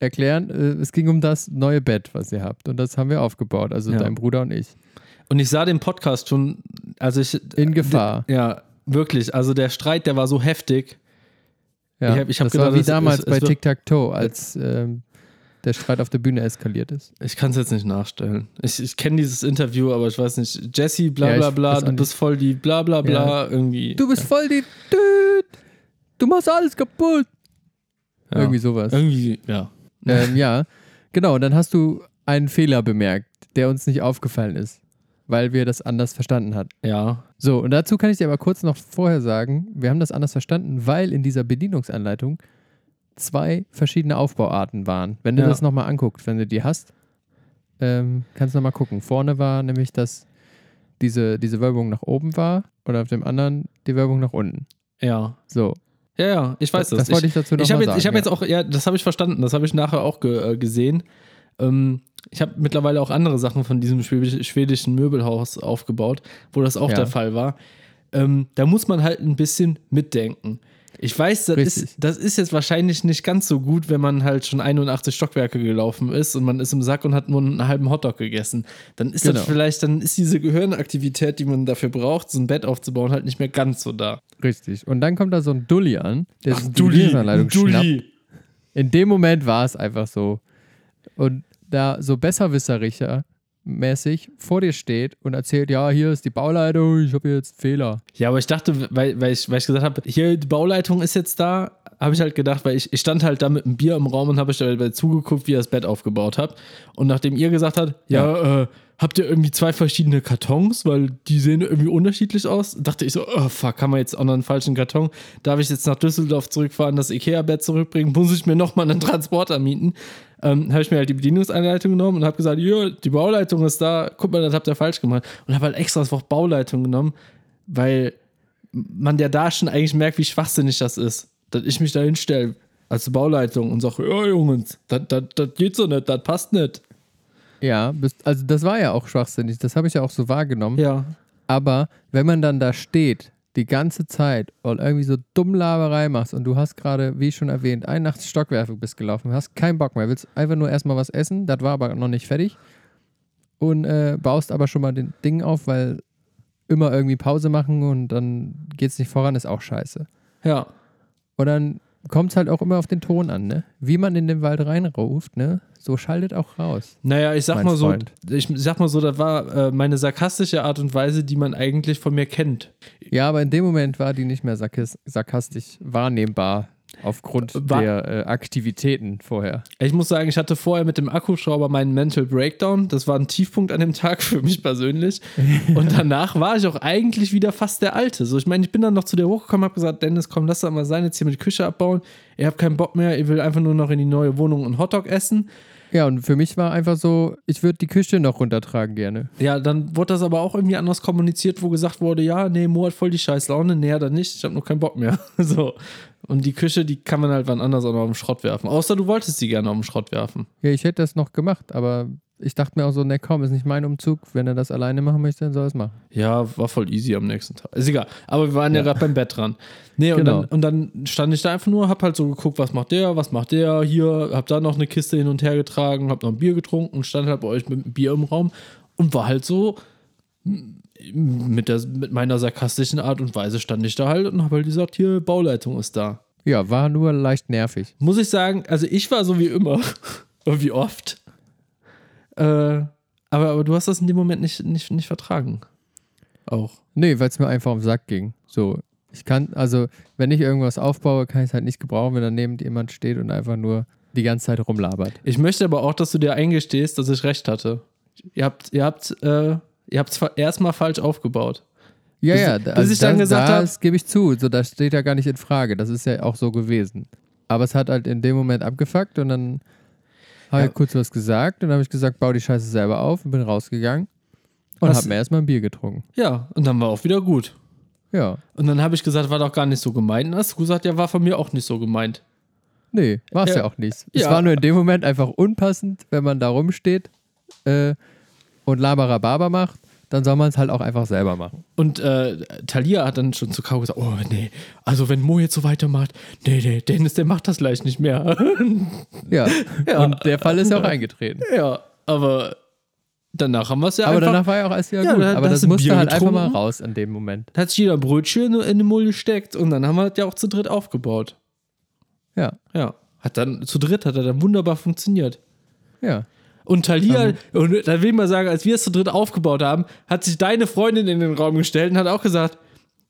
Speaker 3: erklären. Äh, Es ging um das neue Bett, was ihr habt. Und das haben wir aufgebaut, also
Speaker 2: Ja.
Speaker 3: dein Bruder und ich.
Speaker 2: Und ich sah den Podcast schon, also ich.
Speaker 3: In Gefahr.
Speaker 2: Ja, wirklich. Also der Streit, der war so heftig.
Speaker 3: Ja.
Speaker 2: Ich hab- ich hab
Speaker 3: das
Speaker 2: gedacht,
Speaker 3: war wie
Speaker 2: es-
Speaker 3: damals
Speaker 2: es- es
Speaker 3: bei
Speaker 2: wird-
Speaker 3: Tic-Tac-Toe, als ähm, der Streit auf der Bühne eskaliert ist.
Speaker 2: Ich kann es jetzt nicht nachstellen. Ich, ich kenne dieses Interview, aber ich weiß nicht. Jesse, bla
Speaker 3: Ja, ich
Speaker 2: bla bla,
Speaker 3: weiß auch
Speaker 2: du bist voll die bla bla bla, irgendwie.
Speaker 3: Du bist voll die Dude. Du machst alles kaputt.
Speaker 2: ja.
Speaker 3: Irgendwie sowas.
Speaker 2: Irgendwie, ja.
Speaker 3: Ähm, ja, genau. Und dann hast du einen Fehler bemerkt, der uns nicht aufgefallen ist, weil wir das anders verstanden hatten.
Speaker 2: Ja.
Speaker 3: So, und dazu kann ich dir aber kurz noch vorher sagen, wir haben das anders verstanden, weil in dieser Bedienungsanleitung zwei verschiedene Aufbauarten waren. Wenn du
Speaker 2: Ja.
Speaker 3: das nochmal anguckst, wenn du die hast, ähm, kannst du nochmal gucken. Vorne war nämlich, dass diese, diese Wölbung nach oben war und auf dem anderen die Wölbung nach unten.
Speaker 2: Ja.
Speaker 3: So,
Speaker 2: Ja, ja, ich weiß das.
Speaker 3: das wollte ich dazu
Speaker 2: Ich
Speaker 3: nochmal
Speaker 2: habe
Speaker 3: sagen.
Speaker 2: jetzt, ich hab
Speaker 3: ja.
Speaker 2: jetzt auch, ja, das habe ich verstanden, das habe ich nachher auch ge, äh, gesehen. Ähm, ich habe mittlerweile auch andere Sachen von diesem schwedisch, schwedischen Möbelhaus aufgebaut, wo das auch
Speaker 3: Ja.
Speaker 2: der Fall war. Ähm, da muss man halt ein bisschen mitdenken. Ich weiß, das
Speaker 3: Richtig.
Speaker 2: ist, das ist jetzt wahrscheinlich nicht ganz so gut, wenn man halt schon 81 Stockwerke gelaufen ist und man ist im Sack und hat nur einen halben Hotdog gegessen. Dann ist
Speaker 3: Genau.
Speaker 2: das vielleicht, dann ist diese Gehirnaktivität, die man dafür braucht, so ein Bett aufzubauen, halt nicht mehr ganz so da.
Speaker 3: Richtig. Und dann kommt da so ein Dulli an, der sich die Bedienungsanleitung schnappt. In dem Moment war es einfach so. Und da so Besserwisserrichter mäßig vor dir steht und erzählt, ja, hier ist die Bauleitung, ich habe hier jetzt einen Fehler.
Speaker 2: Ja, aber ich dachte, weil, weil, ich, weil ich gesagt habe, hier die Bauleitung ist jetzt da, habe ich halt gedacht, weil ich, ich stand halt da mit einem Bier im Raum und habe ich dabei zugeguckt, wie ihr das Bett aufgebaut habt. Und nachdem ihr gesagt habt, ja, äh, habt ihr irgendwie zwei verschiedene Kartons, weil die sehen irgendwie unterschiedlich aus, dachte ich so, oh, fuck, haben wir jetzt auch noch einen falschen Karton? Darf ich jetzt nach Düsseldorf zurückfahren, das Ikea-Bett zurückbringen? Muss ich mir nochmal einen Transporter mieten? Ähm, habe ich mir halt die Bedienungsanleitung genommen und habe gesagt, ja, die Bauleitung ist da, guck mal, das habt ihr falsch gemacht. Und habe halt extra das Wort Bauleitung genommen, weil man ja da schon eigentlich merkt, wie schwachsinnig das ist, dass ich mich da hinstelle als Bauleitung und sage, ja Jungs, das, das, das geht so nicht, das passt nicht.
Speaker 3: Ja, bist, also das war ja auch schwachsinnig, das habe ich ja auch so wahrgenommen.
Speaker 2: Ja.
Speaker 3: Aber wenn man dann da steht, die ganze Zeit und irgendwie so dumm Laberei machst und du hast gerade, wie schon erwähnt, 81 Stockwerke bist gelaufen, hast keinen Bock mehr, willst einfach nur erstmal was essen, das war aber noch nicht fertig und äh, baust aber schon mal den Ding auf, weil immer irgendwie Pause machen und dann geht's nicht voran, ist auch scheiße.
Speaker 2: Ja.
Speaker 3: Und dann kommt's halt auch immer auf den Ton an, ne? Wie man in den Wald reinruft, ne? So schaltet auch raus.
Speaker 2: Naja, ich sag
Speaker 3: Mein
Speaker 2: mal so,
Speaker 3: Freund.
Speaker 2: ich sag mal so, das war äh, meine sarkastische Art und Weise, die man eigentlich von mir kennt.
Speaker 3: Ja, aber in dem Moment war die nicht mehr sarkas- sarkastisch wahrnehmbar aufgrund
Speaker 2: Wa-
Speaker 3: der äh, Aktivitäten vorher.
Speaker 2: Ich muss sagen, ich hatte vorher mit dem Akkuschrauber meinen Mental Breakdown. Das war ein Tiefpunkt an dem Tag <laughs> für mich persönlich. Und danach war ich auch eigentlich wieder fast der Alte. So, ich meine, ich bin dann noch zu dir hochgekommen, habe gesagt, Dennis, komm, lass das mal sein, jetzt hier mit Küche abbauen. Ihr habt keinen Bock mehr, ihr will einfach nur noch in die neue Wohnung und Hotdog essen.
Speaker 3: Ja, und für mich war einfach so, ich würde die Küche noch runtertragen gerne.
Speaker 2: Ja, dann wurde das aber auch irgendwie anders kommuniziert, wo gesagt wurde, ja, nee, Mo hat voll die scheiß Laune, nee, dann nicht, ich habe nur keinen Bock mehr. <laughs> So. Und die Küche, die kann man halt wann anders auch noch auf den Schrott werfen. Außer du wolltest die gerne auf den Schrott werfen.
Speaker 3: Ja, ich hätte das noch gemacht, aber ich dachte mir auch so, ne, komm, ist nicht mein Umzug. Wenn er das alleine machen möchte, dann soll er es machen.
Speaker 2: Ja, war voll easy am nächsten Tag. Ist egal. Aber wir waren ja,
Speaker 3: Ja.
Speaker 2: gerade beim Bett dran. Nee,
Speaker 3: Genau.
Speaker 2: und, dann, und dann stand ich da einfach nur, hab halt so geguckt, was macht der, was macht der hier, hab da noch eine Kiste hin und her getragen, hab noch ein Bier getrunken und stand halt bei euch mit einem Bier im Raum und war halt so m- mit, der, mit meiner sarkastischen Art und Weise stand ich da halt und hab halt gesagt, hier, Bauleitung ist da.
Speaker 3: Ja, war nur leicht nervig.
Speaker 2: muss ich sagen, also ich war so wie immer <laughs> und wie oft. Äh, aber, aber du hast das in dem Moment nicht, nicht, nicht vertragen. Auch.
Speaker 3: Nee, weil es Ne, mir einfach auf den Sack ging. So, ich kann, also, wenn ich irgendwas aufbaue, kann ich es halt nicht gebrauchen, wenn daneben jemand steht und einfach nur die ganze Zeit rumlabert.
Speaker 2: Ich möchte aber auch, dass du dir eingestehst, dass ich recht hatte. Ihr habt, ihr habt, äh, ihr habt zwar erstmal falsch aufgebaut.
Speaker 3: Ja,
Speaker 2: Bis-
Speaker 3: ja,
Speaker 2: bis ich dann gesagt hab-
Speaker 3: das gebe ich zu. So, das steht ja gar nicht in Frage. Das ist ja auch so gewesen. Aber es hat halt in dem Moment abgefuckt und dann habe
Speaker 2: Ja.
Speaker 3: ich kurz was gesagt und dann habe ich gesagt, bau die Scheiße selber auf und bin rausgegangen und
Speaker 2: Hast-
Speaker 3: habe mir erstmal ein Bier getrunken.
Speaker 2: Ja, und dann war auch wieder gut.
Speaker 3: Ja,
Speaker 2: Und dann habe ich gesagt, war doch gar nicht so gemeint. Und hast du gesagt, ja, war von mir auch nicht so gemeint.
Speaker 3: nee, war es
Speaker 2: Ja.
Speaker 3: ja. auch nicht.
Speaker 2: Ja.
Speaker 3: Es war nur in dem Moment einfach unpassend, wenn man da rumsteht äh, und Labarababa macht, dann soll man es halt auch einfach selber machen.
Speaker 2: Und äh, Talia hat dann schon zu Kau gesagt, oh nee, also wenn Mo jetzt so weitermacht, nee, nee, Dennis, der macht das gleich nicht mehr. <laughs>
Speaker 3: Ja,
Speaker 2: Ja.
Speaker 3: und der Fall ist ja auch eingetreten.
Speaker 2: Ja, aber danach haben wir es ja
Speaker 3: Aber
Speaker 2: einfach.
Speaker 3: danach war ja auch alles wieder
Speaker 2: Ja,
Speaker 3: gut.
Speaker 2: da-
Speaker 3: Aber
Speaker 2: da hast
Speaker 3: das
Speaker 2: du ein Bier
Speaker 3: musste halt einfach mal
Speaker 2: getrunken.
Speaker 3: raus in dem Moment.
Speaker 2: da hat sich jeder ein Brötchen in eine Mulde gesteckt und dann haben wir das ja auch zu dritt aufgebaut.
Speaker 3: Ja,
Speaker 2: Ja. Hat dann, zu dritt hat er dann wunderbar funktioniert.
Speaker 3: ja.
Speaker 2: Und Talia,
Speaker 3: Also-
Speaker 2: und dann will ich mal sagen, als wir es zu dritt aufgebaut haben, hat sich deine Freundin in den Raum gestellt und hat auch gesagt,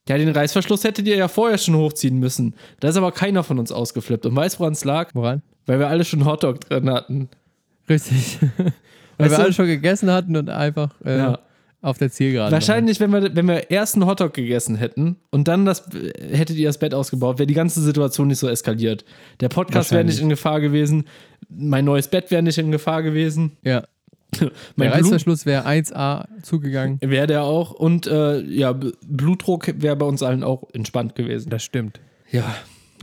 Speaker 2: ja, den Reißverschluss hättet ihr ja vorher schon hochziehen müssen. Da ist aber keiner von uns ausgeflippt. Und weißt, woran es lag?
Speaker 3: Woran?
Speaker 2: Weil wir alle schon Hotdog drin hatten.
Speaker 3: <laughs> Richtig. Weil
Speaker 2: Weißt
Speaker 3: wir
Speaker 2: du-
Speaker 3: alle schon gegessen hatten und einfach äh,
Speaker 2: Ja.
Speaker 3: auf der Zielgeraden.
Speaker 2: Wahrscheinlich, wenn wir, wenn wir erst einen Hotdog gegessen hätten und dann das, hättet ihr das Bett ausgebaut, wäre die ganze Situation nicht so eskaliert. Der Podcast wäre
Speaker 3: Wahrscheinlich.
Speaker 2: nicht in Gefahr gewesen, mein neues Bett wäre nicht in Gefahr gewesen,
Speaker 3: waren. Ja.
Speaker 2: mein
Speaker 3: Der
Speaker 2: Blut
Speaker 3: Reißverschluss wäre 1A zugegangen.
Speaker 2: wäre der auch und äh, ja, B- Blutdruck wäre bei uns allen auch entspannt gewesen.
Speaker 3: Das stimmt.
Speaker 2: Ja,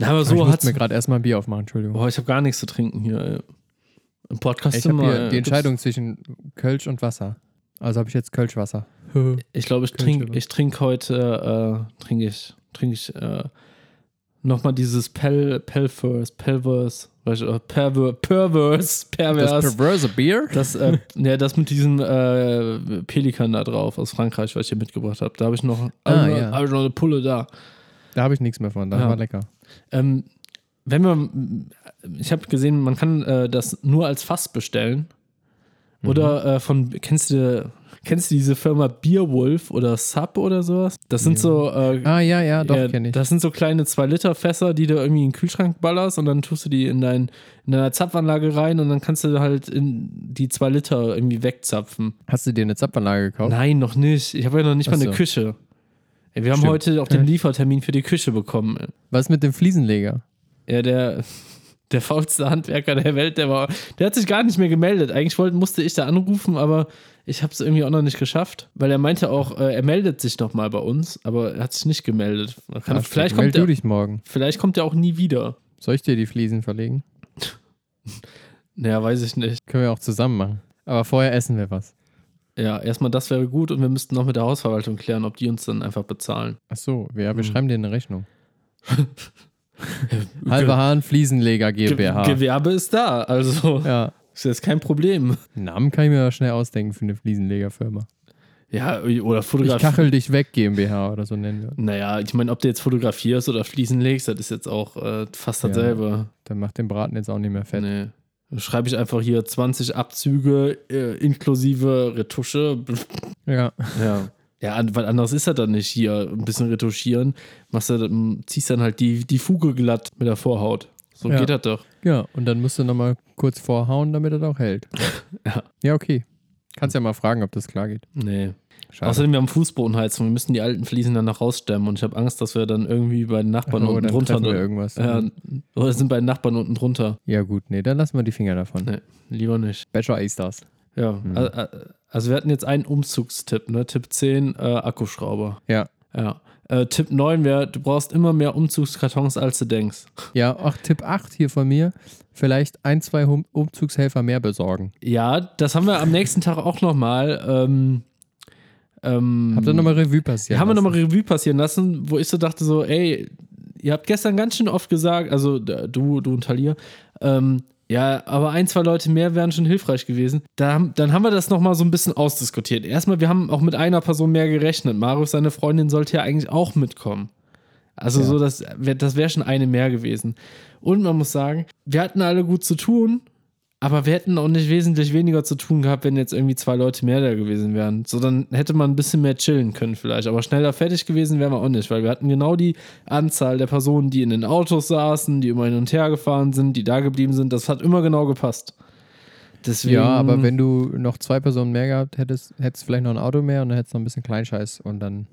Speaker 2: aber
Speaker 3: So ich
Speaker 2: so
Speaker 3: musste
Speaker 2: hat's.
Speaker 3: mir gerade erstmal ein Bier aufmachen, Entschuldigung.
Speaker 2: Boah, ich habe gar nichts zu trinken hier. Ey. Im Podcast
Speaker 3: ich habe
Speaker 2: immer, äh,
Speaker 3: hier
Speaker 2: ey,
Speaker 3: die
Speaker 2: gibt's-
Speaker 3: Entscheidung zwischen Kölsch und Wasser. Also habe ich jetzt Kölschwasser.
Speaker 2: Ich glaube, ich
Speaker 3: Kein
Speaker 2: trinke
Speaker 3: Schlimmer.
Speaker 2: ich trink heute, äh, trinke ich, trinke ich äh, nochmal dieses Pel, Pelfers, Pelvers, weißt du, äh, Perver, Pervers, Pervers.
Speaker 3: perverse Bier?
Speaker 2: Das, äh, ja, das mit diesem äh, Pelikan da drauf aus Frankreich, was ich hier mitgebracht habe. Da habe ich noch,
Speaker 3: Ah,
Speaker 2: hab ich noch-
Speaker 3: ja.
Speaker 2: hab ich noch eine Pulle da.
Speaker 3: Da habe ich nichts mehr von. Das
Speaker 2: Ja.
Speaker 3: war lecker.
Speaker 2: Ähm, wenn man, ich habe gesehen, man kann äh, das nur als Fass bestellen.
Speaker 3: Mhm.
Speaker 2: Oder äh, von, kennst du, kennst du diese Firma Beerwolf oder Sub oder sowas? Das sind so. Äh,
Speaker 3: Ah, ja, ja, doch,
Speaker 2: ja,
Speaker 3: kenne ich.
Speaker 2: Das sind so kleine 2-Liter-Fässer, die du irgendwie in den Kühlschrank ballerst und dann tust du die in, dein, in deiner Zapfanlage rein und dann kannst du halt in die 2 Liter irgendwie wegzapfen.
Speaker 3: Hast du dir eine Zapfanlage gekauft?
Speaker 2: Nein, noch nicht. Ich habe ja noch nicht
Speaker 3: Oh. Ach
Speaker 2: mal eine
Speaker 3: so.
Speaker 2: Küche. Ey, wir haben
Speaker 3: Stimmt.
Speaker 2: heute auch den Liefertermin für die Küche bekommen. ey.
Speaker 3: Was mit dem Fliesenleger?
Speaker 2: Ja, der, <laughs> der faulste Handwerker der Welt, der war, der hat sich gar nicht mehr gemeldet. Eigentlich wollte, musste ich da anrufen, aber ich habe es irgendwie auch noch nicht geschafft, weil er meinte auch, äh, er meldet sich nochmal bei uns, aber er hat sich nicht gemeldet. Man Kann,
Speaker 3: Ah,
Speaker 2: vielleicht,
Speaker 3: meld
Speaker 2: kommt
Speaker 3: du
Speaker 2: er,
Speaker 3: dich morgen.
Speaker 2: vielleicht kommt er auch nie wieder.
Speaker 3: Soll ich dir die Fliesen verlegen?
Speaker 2: Naja, weiß ich nicht.
Speaker 3: Können wir auch zusammen machen. Aber vorher essen wir was.
Speaker 2: Ja, erstmal das wäre gut und wir müssten noch mit der Hausverwaltung klären, ob die uns dann einfach bezahlen.
Speaker 3: Ach so, wir,
Speaker 2: Hm.
Speaker 3: wir schreiben dir eine
Speaker 2: <laughs>
Speaker 3: Rechnung. Halber Hahn Fliesenleger
Speaker 2: Ge
Speaker 3: GmbH.
Speaker 2: Gewerbe ist da, also
Speaker 3: ja.
Speaker 2: <laughs> ist jetzt kein Problem.
Speaker 3: Namen kann ich mir aber schnell ausdenken für eine Fliesenlegerfirma.
Speaker 2: Ja, oder
Speaker 3: Ich
Speaker 2: Fotografie.
Speaker 3: kachel dich weg GmbH oder so nennen wir.
Speaker 2: Naja, ich meine, ob du jetzt fotografierst oder Fliesen legst, das ist jetzt auch äh, fast
Speaker 3: Ja.
Speaker 2: dasselbe.
Speaker 3: Dann macht den Braten jetzt auch nicht mehr fett.
Speaker 2: Nee. Dann Schreibe ich einfach hier 20 Abzüge äh, inklusive Retusche. <laughs>
Speaker 3: Ja.
Speaker 2: Ja. Ja, an- weil anders ist das dann nicht hier. Ein bisschen retuschieren, machst du, dann- ziehst dann halt die, die Fuge glatt mit der Vorhaut. So
Speaker 3: Ja.
Speaker 2: geht das doch.
Speaker 3: Ja, und dann musst du nochmal kurz vorhauen, damit er auch hält.
Speaker 2: <laughs> Ja.
Speaker 3: Ja, okay. Kannst ja mal fragen, ob das klar geht.
Speaker 2: Nee.
Speaker 3: Schade.
Speaker 2: Außerdem, wir haben Fußbodenheizung. Wir müssen die alten Fliesen dann noch rausstellen und ich habe Angst, dass wir dann irgendwie bei den Nachbarn
Speaker 3: Ach, oh,
Speaker 2: unten
Speaker 3: dann
Speaker 2: drunter.
Speaker 3: treffen wir irgendwas.
Speaker 2: Ja, oder sind bei den Nachbarn unten drunter.
Speaker 3: ja, gut, nee, dann lassen wir die Finger davon.
Speaker 2: Nee, lieber nicht.
Speaker 3: Bachelor A-Stars.
Speaker 2: Ja, al- al- also wir hatten jetzt einen Umzugstipp, ne? Tipp 10, äh, Akkuschrauber.
Speaker 3: Ja.
Speaker 2: Ja. Äh, Tipp 9 wäre, du brauchst immer mehr Umzugskartons, als du denkst.
Speaker 3: Ja, auch Tipp 8 hier von mir. Vielleicht ein, zwei Hum Umzugshelfer mehr besorgen.
Speaker 2: Ja, das haben wir am nächsten Tag auch nochmal. Ähm, ähm,
Speaker 3: Habt ihr nochmal Revue passiert?
Speaker 2: haben wir nochmal Revue passieren lassen, wo ich so dachte so, ey, ihr habt gestern ganz schön oft gesagt, also d- du, du und Talia, ähm, ja, aber ein, zwei Leute mehr wären schon hilfreich gewesen. Da, haben- dann haben wir das nochmal so ein bisschen ausdiskutiert. Erstmal, wir haben auch mit einer Person mehr gerechnet. Marius, seine Freundin, sollte ja eigentlich auch mitkommen. Also
Speaker 3: Ja.
Speaker 2: so, das, wär- das wäre schon eine mehr gewesen. Und man muss sagen, wir hatten alle gut zu tun, aber wir hätten auch nicht wesentlich weniger zu tun gehabt, wenn jetzt irgendwie zwei Leute mehr da gewesen wären. So, dann hätte man ein bisschen mehr chillen können vielleicht. Aber schneller fertig gewesen wären wir auch nicht, weil wir hatten genau die Anzahl der Personen, die in den Autos saßen, die immer hin und her gefahren sind, die da geblieben sind. Das hat immer genau gepasst. Deswegen,
Speaker 3: Ja, aber wenn du noch zwei Personen mehr gehabt hättest, hättest du vielleicht noch ein Auto mehr und dann hättest du noch ein bisschen Kleinscheiß und dann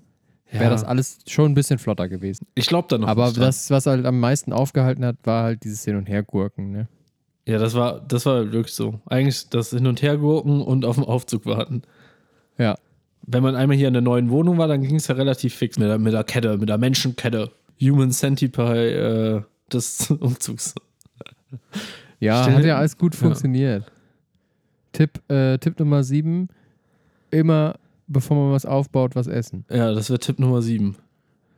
Speaker 3: wäre
Speaker 2: Ja.
Speaker 3: das alles schon ein bisschen flotter gewesen.
Speaker 2: ich glaube da noch
Speaker 3: aber
Speaker 2: nicht dran.
Speaker 3: das, was halt am meisten aufgehalten hat, war halt dieses Hin- und Hergurken. Ne?
Speaker 2: Ja, das war, das war wirklich so. Eigentlich das Hin- und Hergurken und auf den Aufzug warten.
Speaker 3: Ja.
Speaker 2: Wenn man einmal hier in der neuen Wohnung war, dann ging es ja relativ fix mit der, mit der Kette, mit der Menschenkette. Human Centipede äh, des <laughs> Umzugs.
Speaker 3: Ja,
Speaker 2: Stell-
Speaker 3: hat ja alles gut
Speaker 2: Ja.
Speaker 3: funktioniert. Tipp, äh, Tipp Nummer 7, immer bevor man was aufbaut, was essen.
Speaker 2: Ja, das wäre Tipp Nummer 7.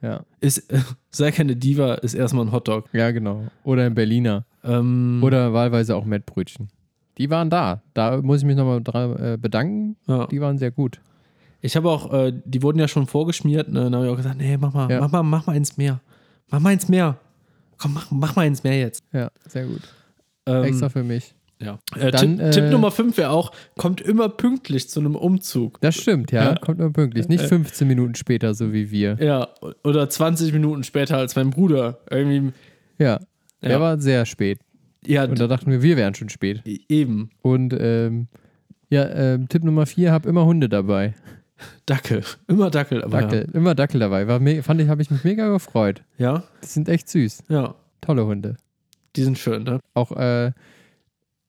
Speaker 3: Ja.
Speaker 2: Ist, äh, sei keine Diva, ist erstmal ein Hotdog.
Speaker 3: Ja, genau. Oder ein Berliner.
Speaker 2: Ähm,
Speaker 3: Oder wahlweise auch Mettbrötchen. Die waren da. Da muss ich mich nochmal dran, äh, bedanken.
Speaker 2: ja.
Speaker 3: Die waren sehr gut.
Speaker 2: Ich habe auch, äh, die wurden ja schon vorgeschmiert, ne? dann habe ich auch gesagt, nee, mach mal,
Speaker 3: Ja.
Speaker 2: mach mal, mach mal ins Meer. Mach mal ins Meer. Komm, mach, mach mal ins Meer jetzt.
Speaker 3: Ja, sehr gut.
Speaker 2: Ähm,
Speaker 3: Extra für mich.
Speaker 2: Ja. Äh,
Speaker 3: Dann,
Speaker 2: Tipp,
Speaker 3: äh,
Speaker 2: Tipp Nummer 5 wäre auch, kommt immer pünktlich zu einem Umzug.
Speaker 3: Das stimmt, ja.
Speaker 2: Ja. Äh,
Speaker 3: Kommt nur pünktlich. Nicht 15 Minuten später, so wie wir.
Speaker 2: Ja, oder 20 Minuten später als mein Bruder. Irgendwie,
Speaker 3: Ja. Der
Speaker 2: Ja.
Speaker 3: war sehr spät.
Speaker 2: ja,
Speaker 3: Und da dachten wir, wir wären schon spät.
Speaker 2: d- eben.
Speaker 3: Und ähm, ja, ähm, Tipp Nummer 4, hab immer Hunde dabei.
Speaker 2: Dackel. Immer Dackel. Aber
Speaker 3: Dackel, immer Dackel dabei. War me- fand ich, habe ich mich mega gefreut.
Speaker 2: Ja.
Speaker 3: Die sind echt süß.
Speaker 2: ja, ja.
Speaker 3: Tolle Hunde.
Speaker 2: Die sind schön, ne?
Speaker 3: Auch, äh,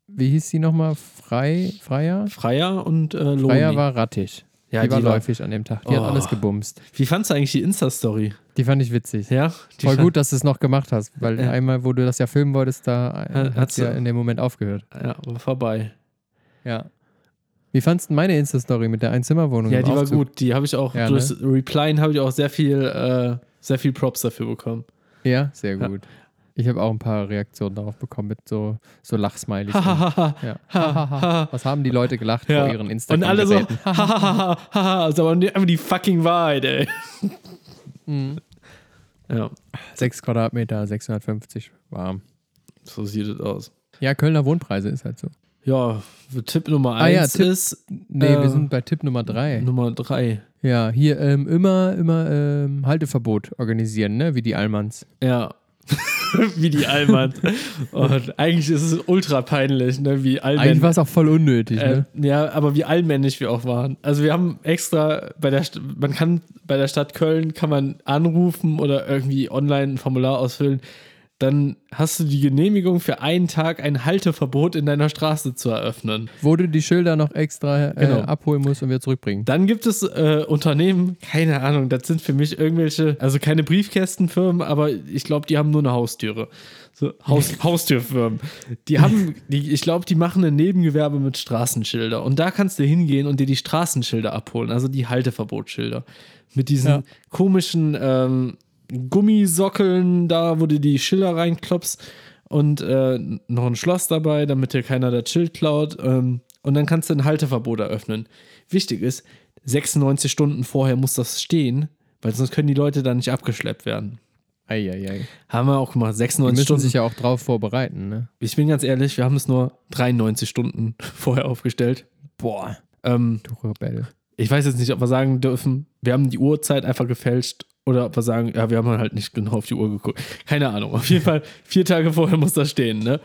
Speaker 3: wie hieß die nochmal? Frei, Freier?
Speaker 2: Freier und äh, Loni.
Speaker 3: Freier war rattig.
Speaker 2: ja,
Speaker 3: die, war
Speaker 2: war-
Speaker 3: läufig an dem Tag. Die
Speaker 2: Oh.
Speaker 3: hat alles gebumst.
Speaker 2: Wie fandst du eigentlich die Insta-Story?
Speaker 3: Die fand ich witzig.
Speaker 2: Ja, die
Speaker 3: Voll
Speaker 2: fand-
Speaker 3: gut, dass du es noch gemacht hast, weil
Speaker 2: Ja.
Speaker 3: einmal, wo du das ja filmen wolltest, da äh,
Speaker 2: Ja,
Speaker 3: hat
Speaker 2: hat's-
Speaker 3: es ja in dem Moment aufgehört.
Speaker 2: Ja, war vorbei.
Speaker 3: Ja. Wie fandst du meine Insta-Story mit der Einzimmerwohnung?
Speaker 2: Ja,
Speaker 3: im
Speaker 2: die war
Speaker 3: Aufzug?
Speaker 2: gut. Die habe ich auch
Speaker 3: Ja, ne?
Speaker 2: durchs Replying habe ich auch sehr viel, äh, sehr viel Props dafür bekommen.
Speaker 3: Ja, sehr
Speaker 2: Ja.
Speaker 3: gut. Ich habe auch ein paar Reaktionen darauf bekommen mit so, so Lachsmileys.
Speaker 2: Hahaha.
Speaker 3: ja.
Speaker 2: ha.
Speaker 3: Was haben die Leute gelacht
Speaker 2: Ja.
Speaker 3: vor ihren
Speaker 2: Und
Speaker 3: Instagram?
Speaker 2: alle so, hahaha, ist Also, aber nicht- einfach die fucking Wahrheit, ey.
Speaker 3: Mhm.
Speaker 2: Ja,
Speaker 3: 6 Quadratmeter, 650 warm.
Speaker 2: so sieht es aus.
Speaker 3: Ja, Kölner Wohnpreise ist halt so.
Speaker 2: Ja, Tipp Nummer
Speaker 3: Ah ja,
Speaker 2: 1
Speaker 3: Tipp-
Speaker 2: ist
Speaker 3: Nee,
Speaker 2: Äh,
Speaker 3: wir sind bei Tipp Nummer 3.
Speaker 2: Nummer 3.
Speaker 3: Ja, hier ähm, immer, immer ähm, Halteverbot organisieren, ne? Wie die Allmanns.
Speaker 2: Ja. <laughs> wie die Allmann. Und eigentlich ist es ultra peinlich, ne? wie
Speaker 3: Eigentlich war
Speaker 2: allmännisch.
Speaker 3: es auch voll unnötig,
Speaker 2: Äh,
Speaker 3: ne?
Speaker 2: ja, aber wie allmännisch wir auch waren. Also wir haben extra bei der St man kann bei der Stadt Köln kann man anrufen oder irgendwie online ein Formular ausfüllen. Dann hast du die Genehmigung für einen Tag ein Halteverbot in deiner Straße zu eröffnen.
Speaker 3: Wo du die Schilder noch extra äh,
Speaker 2: Äh. Genau.
Speaker 3: abholen musst und wieder zurückbringen.
Speaker 2: Dann gibt es äh, Unternehmen, keine Ahnung, das sind für mich irgendwelche, also keine Briefkästenfirmen, aber ich glaube, die haben nur eine Haustüre. So, Haus, Haustürfirmen. Die haben, die, ich glaube, die machen ein Nebengewerbe mit Straßenschilder. Und da kannst du hingehen und dir die Straßenschilder abholen, also die Halteverbotsschilder. Mit diesen
Speaker 3: Ja.
Speaker 2: komischen ähm, Gummisockeln da, wo du die Schilder reinklopst und äh, noch ein Schloss dabei, damit dir keiner das Schild klaut. Ähm, und dann kannst du ein Halteverbot eröffnen. Wichtig ist, 96 Stunden vorher muss das stehen, weil sonst können die Leute da nicht abgeschleppt werden.
Speaker 3: Eieiei.
Speaker 2: Haben wir auch gemacht,
Speaker 3: Die
Speaker 2: 96
Speaker 3: müssen
Speaker 2: Stunden.
Speaker 3: sich ja auch drauf vorbereiten, ne?
Speaker 2: ich bin ganz ehrlich, wir haben es nur 93 Stunden <laughs> vorher aufgestellt.
Speaker 3: Boah.
Speaker 2: Ähm,
Speaker 3: Du Rebell.
Speaker 2: ich weiß jetzt nicht, ob wir sagen dürfen, wir haben die Uhrzeit einfach gefälscht oder ob wir sagen, ja, wir haben halt nicht genau auf die Uhr geguckt. Keine Ahnung. Auf jeden Fall, vier Tage vorher muss das stehen, ne?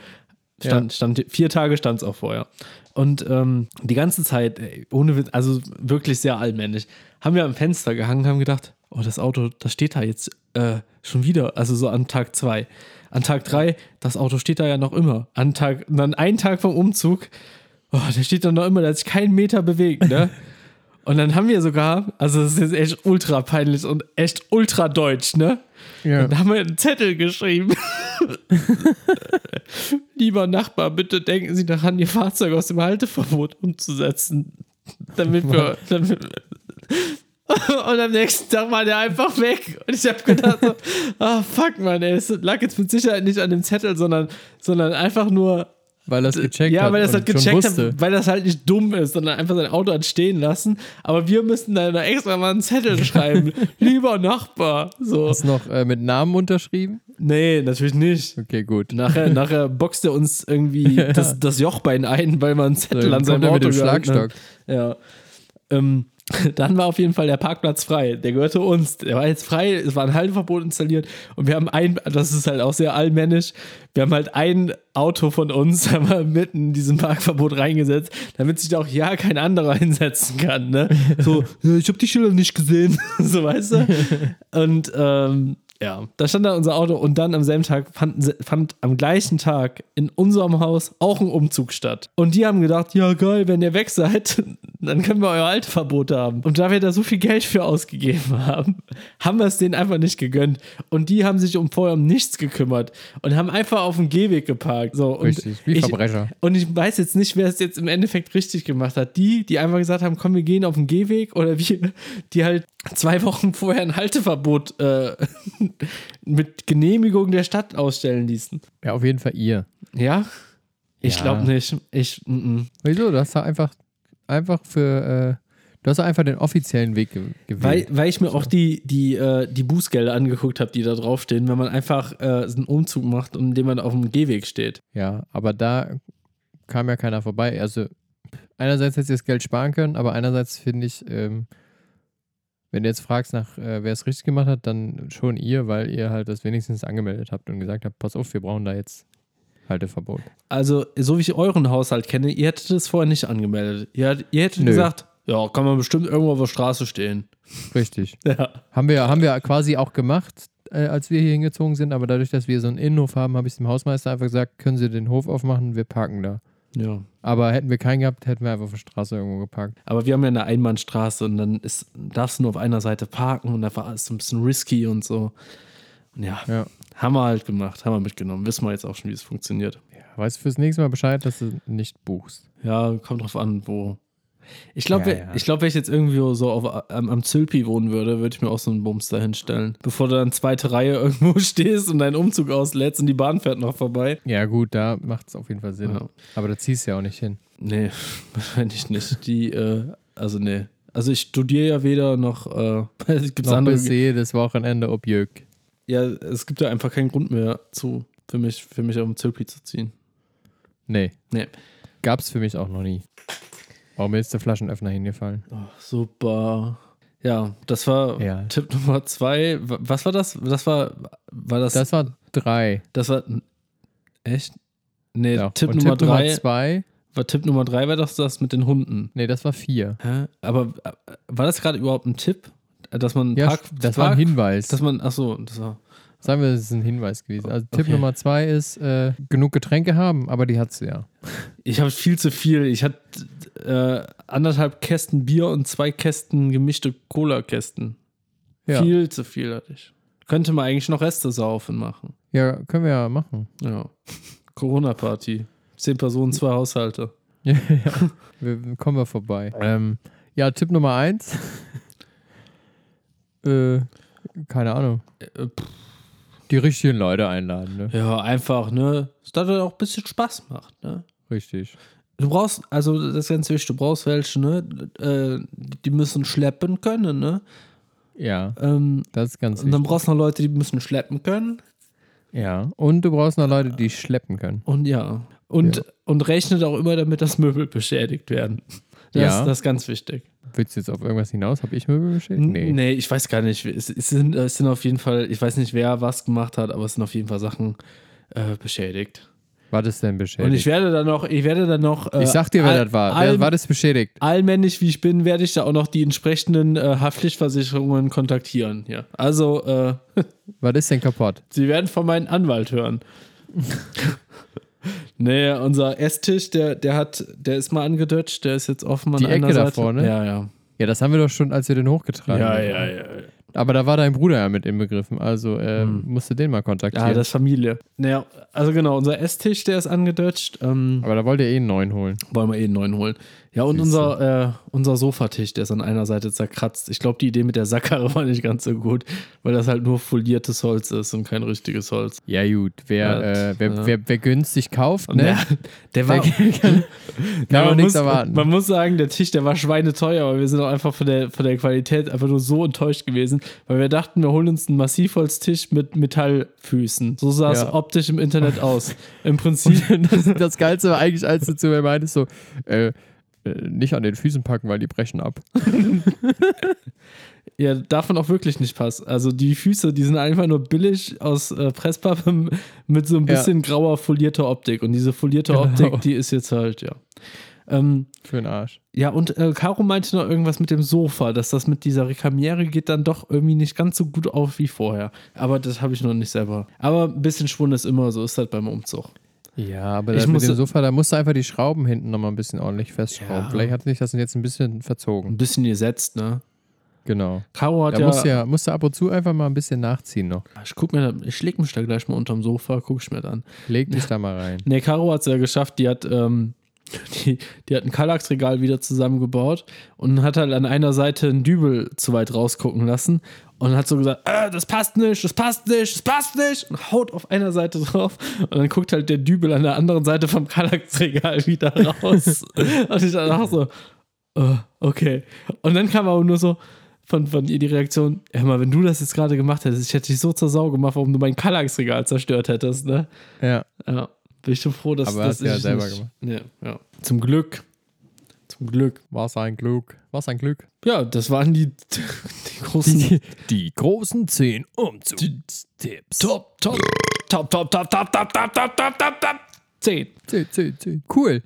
Speaker 2: Stand, stand, vier Tage stand es auch vorher. Und ähm, die ganze Zeit, ey, ohne Witz, also wirklich sehr allmännlich, haben wir am Fenster gehangen, haben gedacht, oh, das Auto, das steht da jetzt äh, schon wieder, also so an Tag zwei. An Tag drei, das Auto steht da ja noch immer. An Tag, und dann einen Tag vom Umzug, oh, der steht da noch immer, der hat sich keinen Meter bewegt, ne? Und dann haben wir sogar, also es ist echt ultra peinlich und echt ultra deutsch, ne?
Speaker 3: Ja.
Speaker 2: Da haben wir einen Zettel geschrieben. Lieber Nachbar, bitte denken Sie daran, Ihr Fahrzeug aus dem Halteverbot umzusetzen. Damit wir. Damit <laughs> und am nächsten Tag war der einfach weg. Und ich habe gedacht, so, ah, fuck, man, ey, es lag jetzt mit Sicherheit nicht an dem Zettel, sondern, sondern einfach nur.
Speaker 3: Weil er es gecheckt
Speaker 2: ja,
Speaker 3: hat.
Speaker 2: weil das
Speaker 3: und
Speaker 2: halt
Speaker 3: schon
Speaker 2: gecheckt
Speaker 3: wusste.
Speaker 2: hat, weil das halt nicht dumm ist, sondern einfach sein Auto hat stehen lassen. Aber wir müssten da noch extra mal einen
Speaker 3: <laughs>
Speaker 2: Zettel schreiben. Lieber Nachbar. So.
Speaker 3: Hast du noch äh, mit Namen unterschrieben?
Speaker 2: Nee, natürlich nicht.
Speaker 3: Okay, gut. <laughs>
Speaker 2: Nachher, nachher boxt er uns irgendwie das, das Jochbein ein, weil man einen Zettel
Speaker 3: Dann
Speaker 2: an seinem
Speaker 3: kommt er mit
Speaker 2: Auto
Speaker 3: dem
Speaker 2: gehalten hat.
Speaker 3: Schlagstock.
Speaker 2: ne? Ja. Ähm, <laughs> dann war auf jeden Fall der Parkplatz frei. Der gehörte uns. Der war jetzt frei. Es war ein Halteverbot installiert. Und wir haben ein, das ist halt auch sehr allmännisch, wir haben halt ein Auto von uns <laughs> haben wir mitten in diesem Parkverbot reingesetzt, damit sich da auch ja kein anderer <laughs> hinsetzen kann. Ne? So, ich habe die Schilder nicht gesehen. <laughs> so, weißt du? Und ähm, ja, da stand da unser Auto. Und dann am selben Tag fand, fand am gleichen Tag in unserem Haus auch ein Umzug statt. Und die haben gedacht, ja geil, wenn ihr weg seid, <laughs> dann können wir euer Halteverbot haben. Und da wir da so viel Geld für ausgegeben haben, <laughs> haben wir es denen einfach nicht gegönnt. Und die haben sich um vorher um nichts gekümmert und haben einfach auf dem Gehweg geparkt. So,
Speaker 3: <laughs>
Speaker 2: und
Speaker 3: Richtig, wie
Speaker 2: ich,
Speaker 3: Verbrecher.
Speaker 2: Und ich weiß jetzt nicht, wer es jetzt im Endeffekt richtig gemacht hat. Die, die einfach gesagt haben, komm, wir gehen auf den Gehweg oder wir, die halt zwei Wochen vorher ein Halteverbot äh, <laughs> mit Genehmigung der Stadt ausstellen ließen.
Speaker 3: Ja, auf jeden Fall ihr.
Speaker 2: Ja? Ich
Speaker 3: Ja.
Speaker 2: glaube nicht. Ich, mm, mm.
Speaker 3: Wieso? Du hast da einfach, einfach für, äh, du hast da einfach den offiziellen Weg ge gewählt.
Speaker 2: Weil, weil ich mir auch die, die, äh, die Bußgelder angeguckt habe, die da draufstehen, wenn man einfach äh, so einen Umzug macht, indem man auf dem Gehweg steht.
Speaker 3: ja, aber da kam ja keiner vorbei. Also einerseits hättest du das Geld sparen können, aber einerseits finde ich, ähm, wenn du jetzt fragst nach, äh, wer es richtig gemacht hat, dann schon ihr, weil ihr halt das wenigstens angemeldet habt und gesagt habt, pass auf, wir brauchen da jetzt Halteverbot.
Speaker 2: Also, so wie ich euren Haushalt kenne, ihr hättet es vorher nicht angemeldet. Ihr, hat- ihr hättet
Speaker 3: Nö.
Speaker 2: gesagt, ja, kann man bestimmt irgendwo auf der Straße stehen.
Speaker 3: Richtig.
Speaker 2: Ja.
Speaker 3: Haben wir, haben wir quasi auch gemacht, äh, als wir hier hingezogen sind, aber dadurch, dass wir so einen Innenhof haben, habe ich dem Hausmeister einfach gesagt, können Sie den Hof aufmachen, wir parken da.
Speaker 2: Ja.
Speaker 3: Aber hätten wir keinen gehabt, hätten wir einfach auf der Straße irgendwo geparkt.
Speaker 2: Aber wir haben ja eine Einbahnstraße und dann ist, darfst du nur auf einer Seite parken und da war es ein bisschen risky und so. Und ja,
Speaker 3: Ja.
Speaker 2: haben wir halt gemacht, haben wir mitgenommen. Wissen wir jetzt auch schon, wie es funktioniert.
Speaker 3: Weißt du fürs nächste Mal Bescheid, dass du nicht buchst.
Speaker 2: Ja, kommt drauf an, wo. Ich glaube,
Speaker 3: Ja,
Speaker 2: wenn-
Speaker 3: ja.
Speaker 2: ich glaub, wenn ich jetzt irgendwie so auf, am, am Zülpi wohnen würde, würde ich mir auch so einen Bums da hinstellen. Bevor du dann zweite Reihe <laughs> irgendwo stehst und deinen Umzug auslädst und die Bahn fährt noch vorbei.
Speaker 3: Ja, gut, da macht es auf jeden Fall Sinn.
Speaker 2: Ja.
Speaker 3: Aber da ziehst du ja auch nicht hin.
Speaker 2: Nee, <laughs> wahrscheinlich nicht. Die, äh, also nee. Also ich studiere ja weder noch, äh, <laughs> es gibt
Speaker 3: Noch
Speaker 2: andere
Speaker 3: bis jedes Wochenende ob Jück.
Speaker 2: Ja, es gibt ja einfach keinen Grund mehr zu, für mich, für mich auf den Zülpi zu ziehen.
Speaker 3: Nee.
Speaker 2: Nee.
Speaker 3: Gab's für mich auch noch nie. Oh, mir ist der Flaschenöffner hingefallen.
Speaker 2: Oh, super. Ja, das war
Speaker 3: Ja.
Speaker 2: Tipp Nummer zwei. Wa- Was war das? Das war, war das, das,
Speaker 3: Das war drei.
Speaker 2: war, echt? Nee,
Speaker 3: Doch.
Speaker 2: Äh, Tipp,
Speaker 3: Und
Speaker 2: Nummer drei,
Speaker 3: Nummer zwei.
Speaker 2: war Tipp Nummer drei war doch das mit den Hunden.
Speaker 3: Nee, das war vier.
Speaker 2: Hä? Aber äh, war das gerade überhaupt ein Tipp? Dass man
Speaker 3: Ja,
Speaker 2: Park,
Speaker 3: das
Speaker 2: Park,
Speaker 3: war ein Hinweis.
Speaker 2: Dass man, achso, das war,
Speaker 3: Sagen wir, es ist ein Hinweis gewesen. Also Tipp
Speaker 2: Okay.
Speaker 3: Nummer zwei ist, äh, genug Getränke haben, aber die hat's ja.
Speaker 2: ich habe viel zu viel. Ich hatte äh, anderthalb Kästen Bier und zwei Kästen gemischte Cola-Kästen.
Speaker 3: Ja,
Speaker 2: Viel zu viel hatte ich. Könnte man eigentlich noch Reste saufen machen.
Speaker 3: ja können wir ja machen.
Speaker 2: Ja. Corona-Party. Zehn Personen, zwei Haushalte.
Speaker 3: <laughs> ja, ja. Wir, kommen wir vorbei.
Speaker 2: Ah,
Speaker 3: Ähm, ja, Tipp Nummer eins.
Speaker 2: <laughs>
Speaker 3: äh, keine Ahnung.
Speaker 2: Äh, pff,
Speaker 3: Die richtigen Leute einladen, ne?
Speaker 2: Ja, einfach, ne? Es hat halt auch ein bisschen Spaß macht, ne?
Speaker 3: Richtig.
Speaker 2: Du brauchst, also das ist ganz wichtig, du brauchst welche, ne? Äh, die müssen schleppen können, ne?
Speaker 3: Ja,
Speaker 2: Ähm,
Speaker 3: das ist ganz
Speaker 2: und dann
Speaker 3: wichtig.
Speaker 2: brauchst du noch Leute, die müssen schleppen können.
Speaker 3: Ja, und du brauchst noch Leute, die schleppen können.
Speaker 2: Und ja. Und,
Speaker 3: Ja.
Speaker 2: und rechnet auch immer damit, dass Möbel beschädigt werden. Das,
Speaker 3: Ja.
Speaker 2: das ist ganz wichtig.
Speaker 3: Willst du jetzt auf irgendwas hinaus? Habe ich Möbel beschädigt?
Speaker 2: Nee. nee, ich weiß gar nicht. Es, es, sind, es sind auf jeden Fall, ich weiß nicht, wer was gemacht hat, aber es sind auf jeden Fall Sachen äh, beschädigt.
Speaker 3: War das denn beschädigt?
Speaker 2: Und ich werde dann noch, ich werde dann noch. Äh,
Speaker 3: ich sag dir, wer
Speaker 2: all-
Speaker 3: das war.
Speaker 2: All,
Speaker 3: Wer war das beschädigt?
Speaker 2: Allmännlich wie ich bin, werde ich da auch noch die entsprechenden äh, Haftpflichtversicherungen kontaktieren. Ja. Also, äh, <laughs>
Speaker 3: War das denn kaputt?
Speaker 2: Sie werden von meinem
Speaker 3: <laughs>
Speaker 2: Anwalt hören. nee, unser Esstisch, der, der hat, der ist mal angedutscht, der ist jetzt offen an
Speaker 3: Die
Speaker 2: einer
Speaker 3: Ecke
Speaker 2: Seite.
Speaker 3: davor, ne?
Speaker 2: Ja, ja.
Speaker 3: Ja, das haben wir doch schon, als wir den hochgetragen
Speaker 2: Ja,
Speaker 3: haben.
Speaker 2: ja, ja.
Speaker 3: Aber da war dein Bruder ja mit inbegriffen, also äh, musst du den mal kontaktieren.
Speaker 2: Hm. Ja, das ist Familie. Naja, also genau, unser Esstisch, der ist angedutscht. Ähm,
Speaker 3: Aber da wollt ihr eh einen neuen holen.
Speaker 2: wollen wir eh einen neuen holen. Ja, und
Speaker 3: Siehste.
Speaker 2: unser, äh, unser Sofatisch, der ist an einer Seite zerkratzt. Ich glaube, die Idee mit der Sackkarre <laughs> war nicht ganz so gut, weil das halt nur foliertes Holz ist und kein richtiges Holz.
Speaker 3: Ja, gut. Wer,
Speaker 2: Ja,
Speaker 3: äh, wer,
Speaker 2: ja.
Speaker 3: wer, wer günstig kauft,
Speaker 2: Und
Speaker 3: ne?
Speaker 2: der, der war.
Speaker 3: <laughs> kann
Speaker 2: Ja,
Speaker 3: man
Speaker 2: man,
Speaker 3: nichts
Speaker 2: muss,
Speaker 3: erwarten.
Speaker 2: man muss sagen, der Tisch, der war schweineteuer, aber wir sind auch einfach von der, von der Qualität einfach nur so enttäuscht gewesen, weil wir dachten, wir holen uns einen Massivholztisch mit Metallfüßen. So sah es
Speaker 3: Ja.
Speaker 2: optisch im Internet aus.
Speaker 3: <laughs>
Speaker 2: Im Prinzip
Speaker 3: das, <laughs> das Geilste war eigentlich, als du zu mir meintest, so, äh, äh, nicht an den Füßen packen, weil die brechen ab.
Speaker 2: Ja, davon auch wirklich nicht passt. Also die Füße, die sind einfach nur billig aus äh, Presspappe <laughs> m- mit so ein
Speaker 3: Ja.
Speaker 2: bisschen grauer folierter Optik. Und diese folierte
Speaker 3: Genau.
Speaker 2: Optik, die ist jetzt halt, ja. Ähm,
Speaker 3: Für den Arsch.
Speaker 2: ja, und äh, Caro meinte noch irgendwas mit dem Sofa, dass das mit dieser Rekamiere geht dann doch irgendwie nicht ganz so gut auf wie vorher. Aber das habe ich noch nicht selber. Aber ein bisschen Schwund ist immer so, ist halt beim Umzug.
Speaker 3: Ja, aber
Speaker 2: Ich
Speaker 3: das mit
Speaker 2: muss-
Speaker 3: dem Sofa, da musst du einfach die Schrauben hinten nochmal ein bisschen ordentlich festschrauben.
Speaker 2: Ja.
Speaker 3: Vielleicht hat sich das jetzt ein bisschen verzogen.
Speaker 2: Ein bisschen gesetzt, ne?
Speaker 3: Genau.
Speaker 2: Caro hat
Speaker 3: Da
Speaker 2: ja. Ah,
Speaker 3: musst du ja musst du ab und zu einfach mal ein bisschen nachziehen noch.
Speaker 2: Ich guck mir, da- ich leg mich da gleich mal unterm Sofa, guck ich mir das an.
Speaker 3: Leg dich da mal rein.
Speaker 2: Ne, Caro hat es ja geschafft, die hat, ähm, die, die hat ein Kallax-Regal wieder zusammengebaut und hat halt an einer Seite einen Dübel zu weit rausgucken lassen und hat so gesagt, äh, das passt nicht, das passt nicht, das passt nicht und haut auf einer Seite drauf und dann guckt halt der Dübel an der anderen Seite vom Kallax-Regal wieder raus. und ich dann auch so, äh, okay. Und dann kam aber nur so von, von ihr die Reaktion, hör mal, wenn du das jetzt gerade gemacht hättest, ich hätte dich so zur Sau gemacht, warum du mein Kallax-Regal zerstört hättest, ne?
Speaker 3: <laughs> Ja.
Speaker 2: Ja, bin ich schon froh, dass
Speaker 3: Aber
Speaker 2: dass
Speaker 3: hast du ja
Speaker 2: ich
Speaker 3: selber
Speaker 2: nicht-
Speaker 3: gemacht.
Speaker 2: Nee, ja. Zum Glück. Zum Glück.
Speaker 3: War's ein Glück. War's ein Glück.
Speaker 2: Ja, das waren die, <laughs> die großen
Speaker 3: Die, die großen 10 Umzugstipps.
Speaker 2: Top, Top, Top, Top, Top, Top, Top, Top, Top, Top, Top, Top. 10.
Speaker 3: Zehn, zehn, zehn. Cool.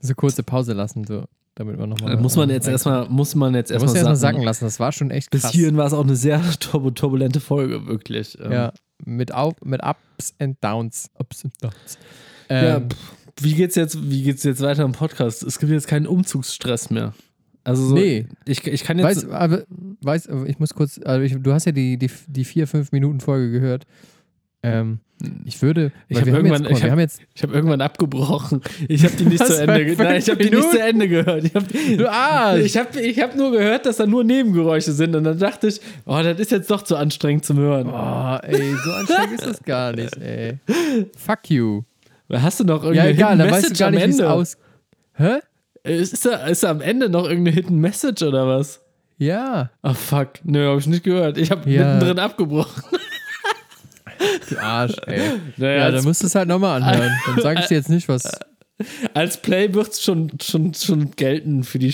Speaker 3: So kurze Pause lassen, so, damit man nochmal.
Speaker 2: Äh, muss man jetzt erstmal, muss man jetzt
Speaker 3: Da musst
Speaker 2: erstmal
Speaker 3: du erstmal
Speaker 2: sacken. ne?
Speaker 3: sacken lassen. Das war schon echt
Speaker 2: Bis
Speaker 3: krass.
Speaker 2: hierhin war es auch eine sehr <laughs> turbo- turbulente Folge, wirklich. Ähm,
Speaker 3: Ja, mit, auf, mit Ups and Downs. Ups and Downs.
Speaker 2: ja,
Speaker 3: Ähm,
Speaker 2: pff, wie geht's jetzt, wie geht's jetzt weiter im Podcast? Es gibt jetzt keinen Umzugsstress mehr. Also so,
Speaker 3: Nee.
Speaker 2: ich, ich kann jetzt.
Speaker 3: weißt, aber, weißt, ich muss kurz, also ich, du hast ja die, die, die vier, fünf Minuten Folge gehört. Ähm, ich würde,
Speaker 2: Hm. Ich
Speaker 3: weil
Speaker 2: hab
Speaker 3: wir, haben jetzt,
Speaker 2: irgendwann-
Speaker 3: guck mal,
Speaker 2: ich
Speaker 3: wir
Speaker 2: hab-
Speaker 3: haben
Speaker 2: <laughs>
Speaker 3: jetzt,
Speaker 2: ich habe irgendwann abgebrochen. Ich habe die nicht
Speaker 3: Was,
Speaker 2: zu Ende
Speaker 3: bei
Speaker 2: gehört. Nein, ich habe die nicht
Speaker 3: Minuten?
Speaker 2: zu Ende gehört. Ich hab,
Speaker 3: du Arsch!
Speaker 2: Ah, Ich habe ich hab nur gehört, dass da nur Nebengeräusche sind und dann dachte ich, oh, das ist jetzt doch zu anstrengend zum Hören.
Speaker 3: Oh, ey, so anstrengend ist das gar nicht,
Speaker 2: <laughs>
Speaker 3: ey. Fuck you.
Speaker 2: Hast du noch
Speaker 3: Ja,
Speaker 2: irgendeine
Speaker 3: egal,
Speaker 2: Hidden
Speaker 3: dann weißt du
Speaker 2: Message
Speaker 3: gar nicht, wie
Speaker 2: am
Speaker 3: es
Speaker 2: Ende?
Speaker 3: aus... Hä?
Speaker 2: Ist da, ist da am Ende noch irgendeine Hidden Message oder was?
Speaker 3: Ja,
Speaker 2: Ah, fuck. Nö, habe ich nicht gehört. Ich habe
Speaker 3: Ja.
Speaker 2: mittendrin abgebrochen.
Speaker 3: du Arsch, ey.
Speaker 2: Naja,
Speaker 3: ja,
Speaker 2: als-
Speaker 3: dann musst du es halt nochmal anhören. Dann sage ich dir jetzt nicht, was...
Speaker 2: Als Play wird es schon, schon, schon gelten für die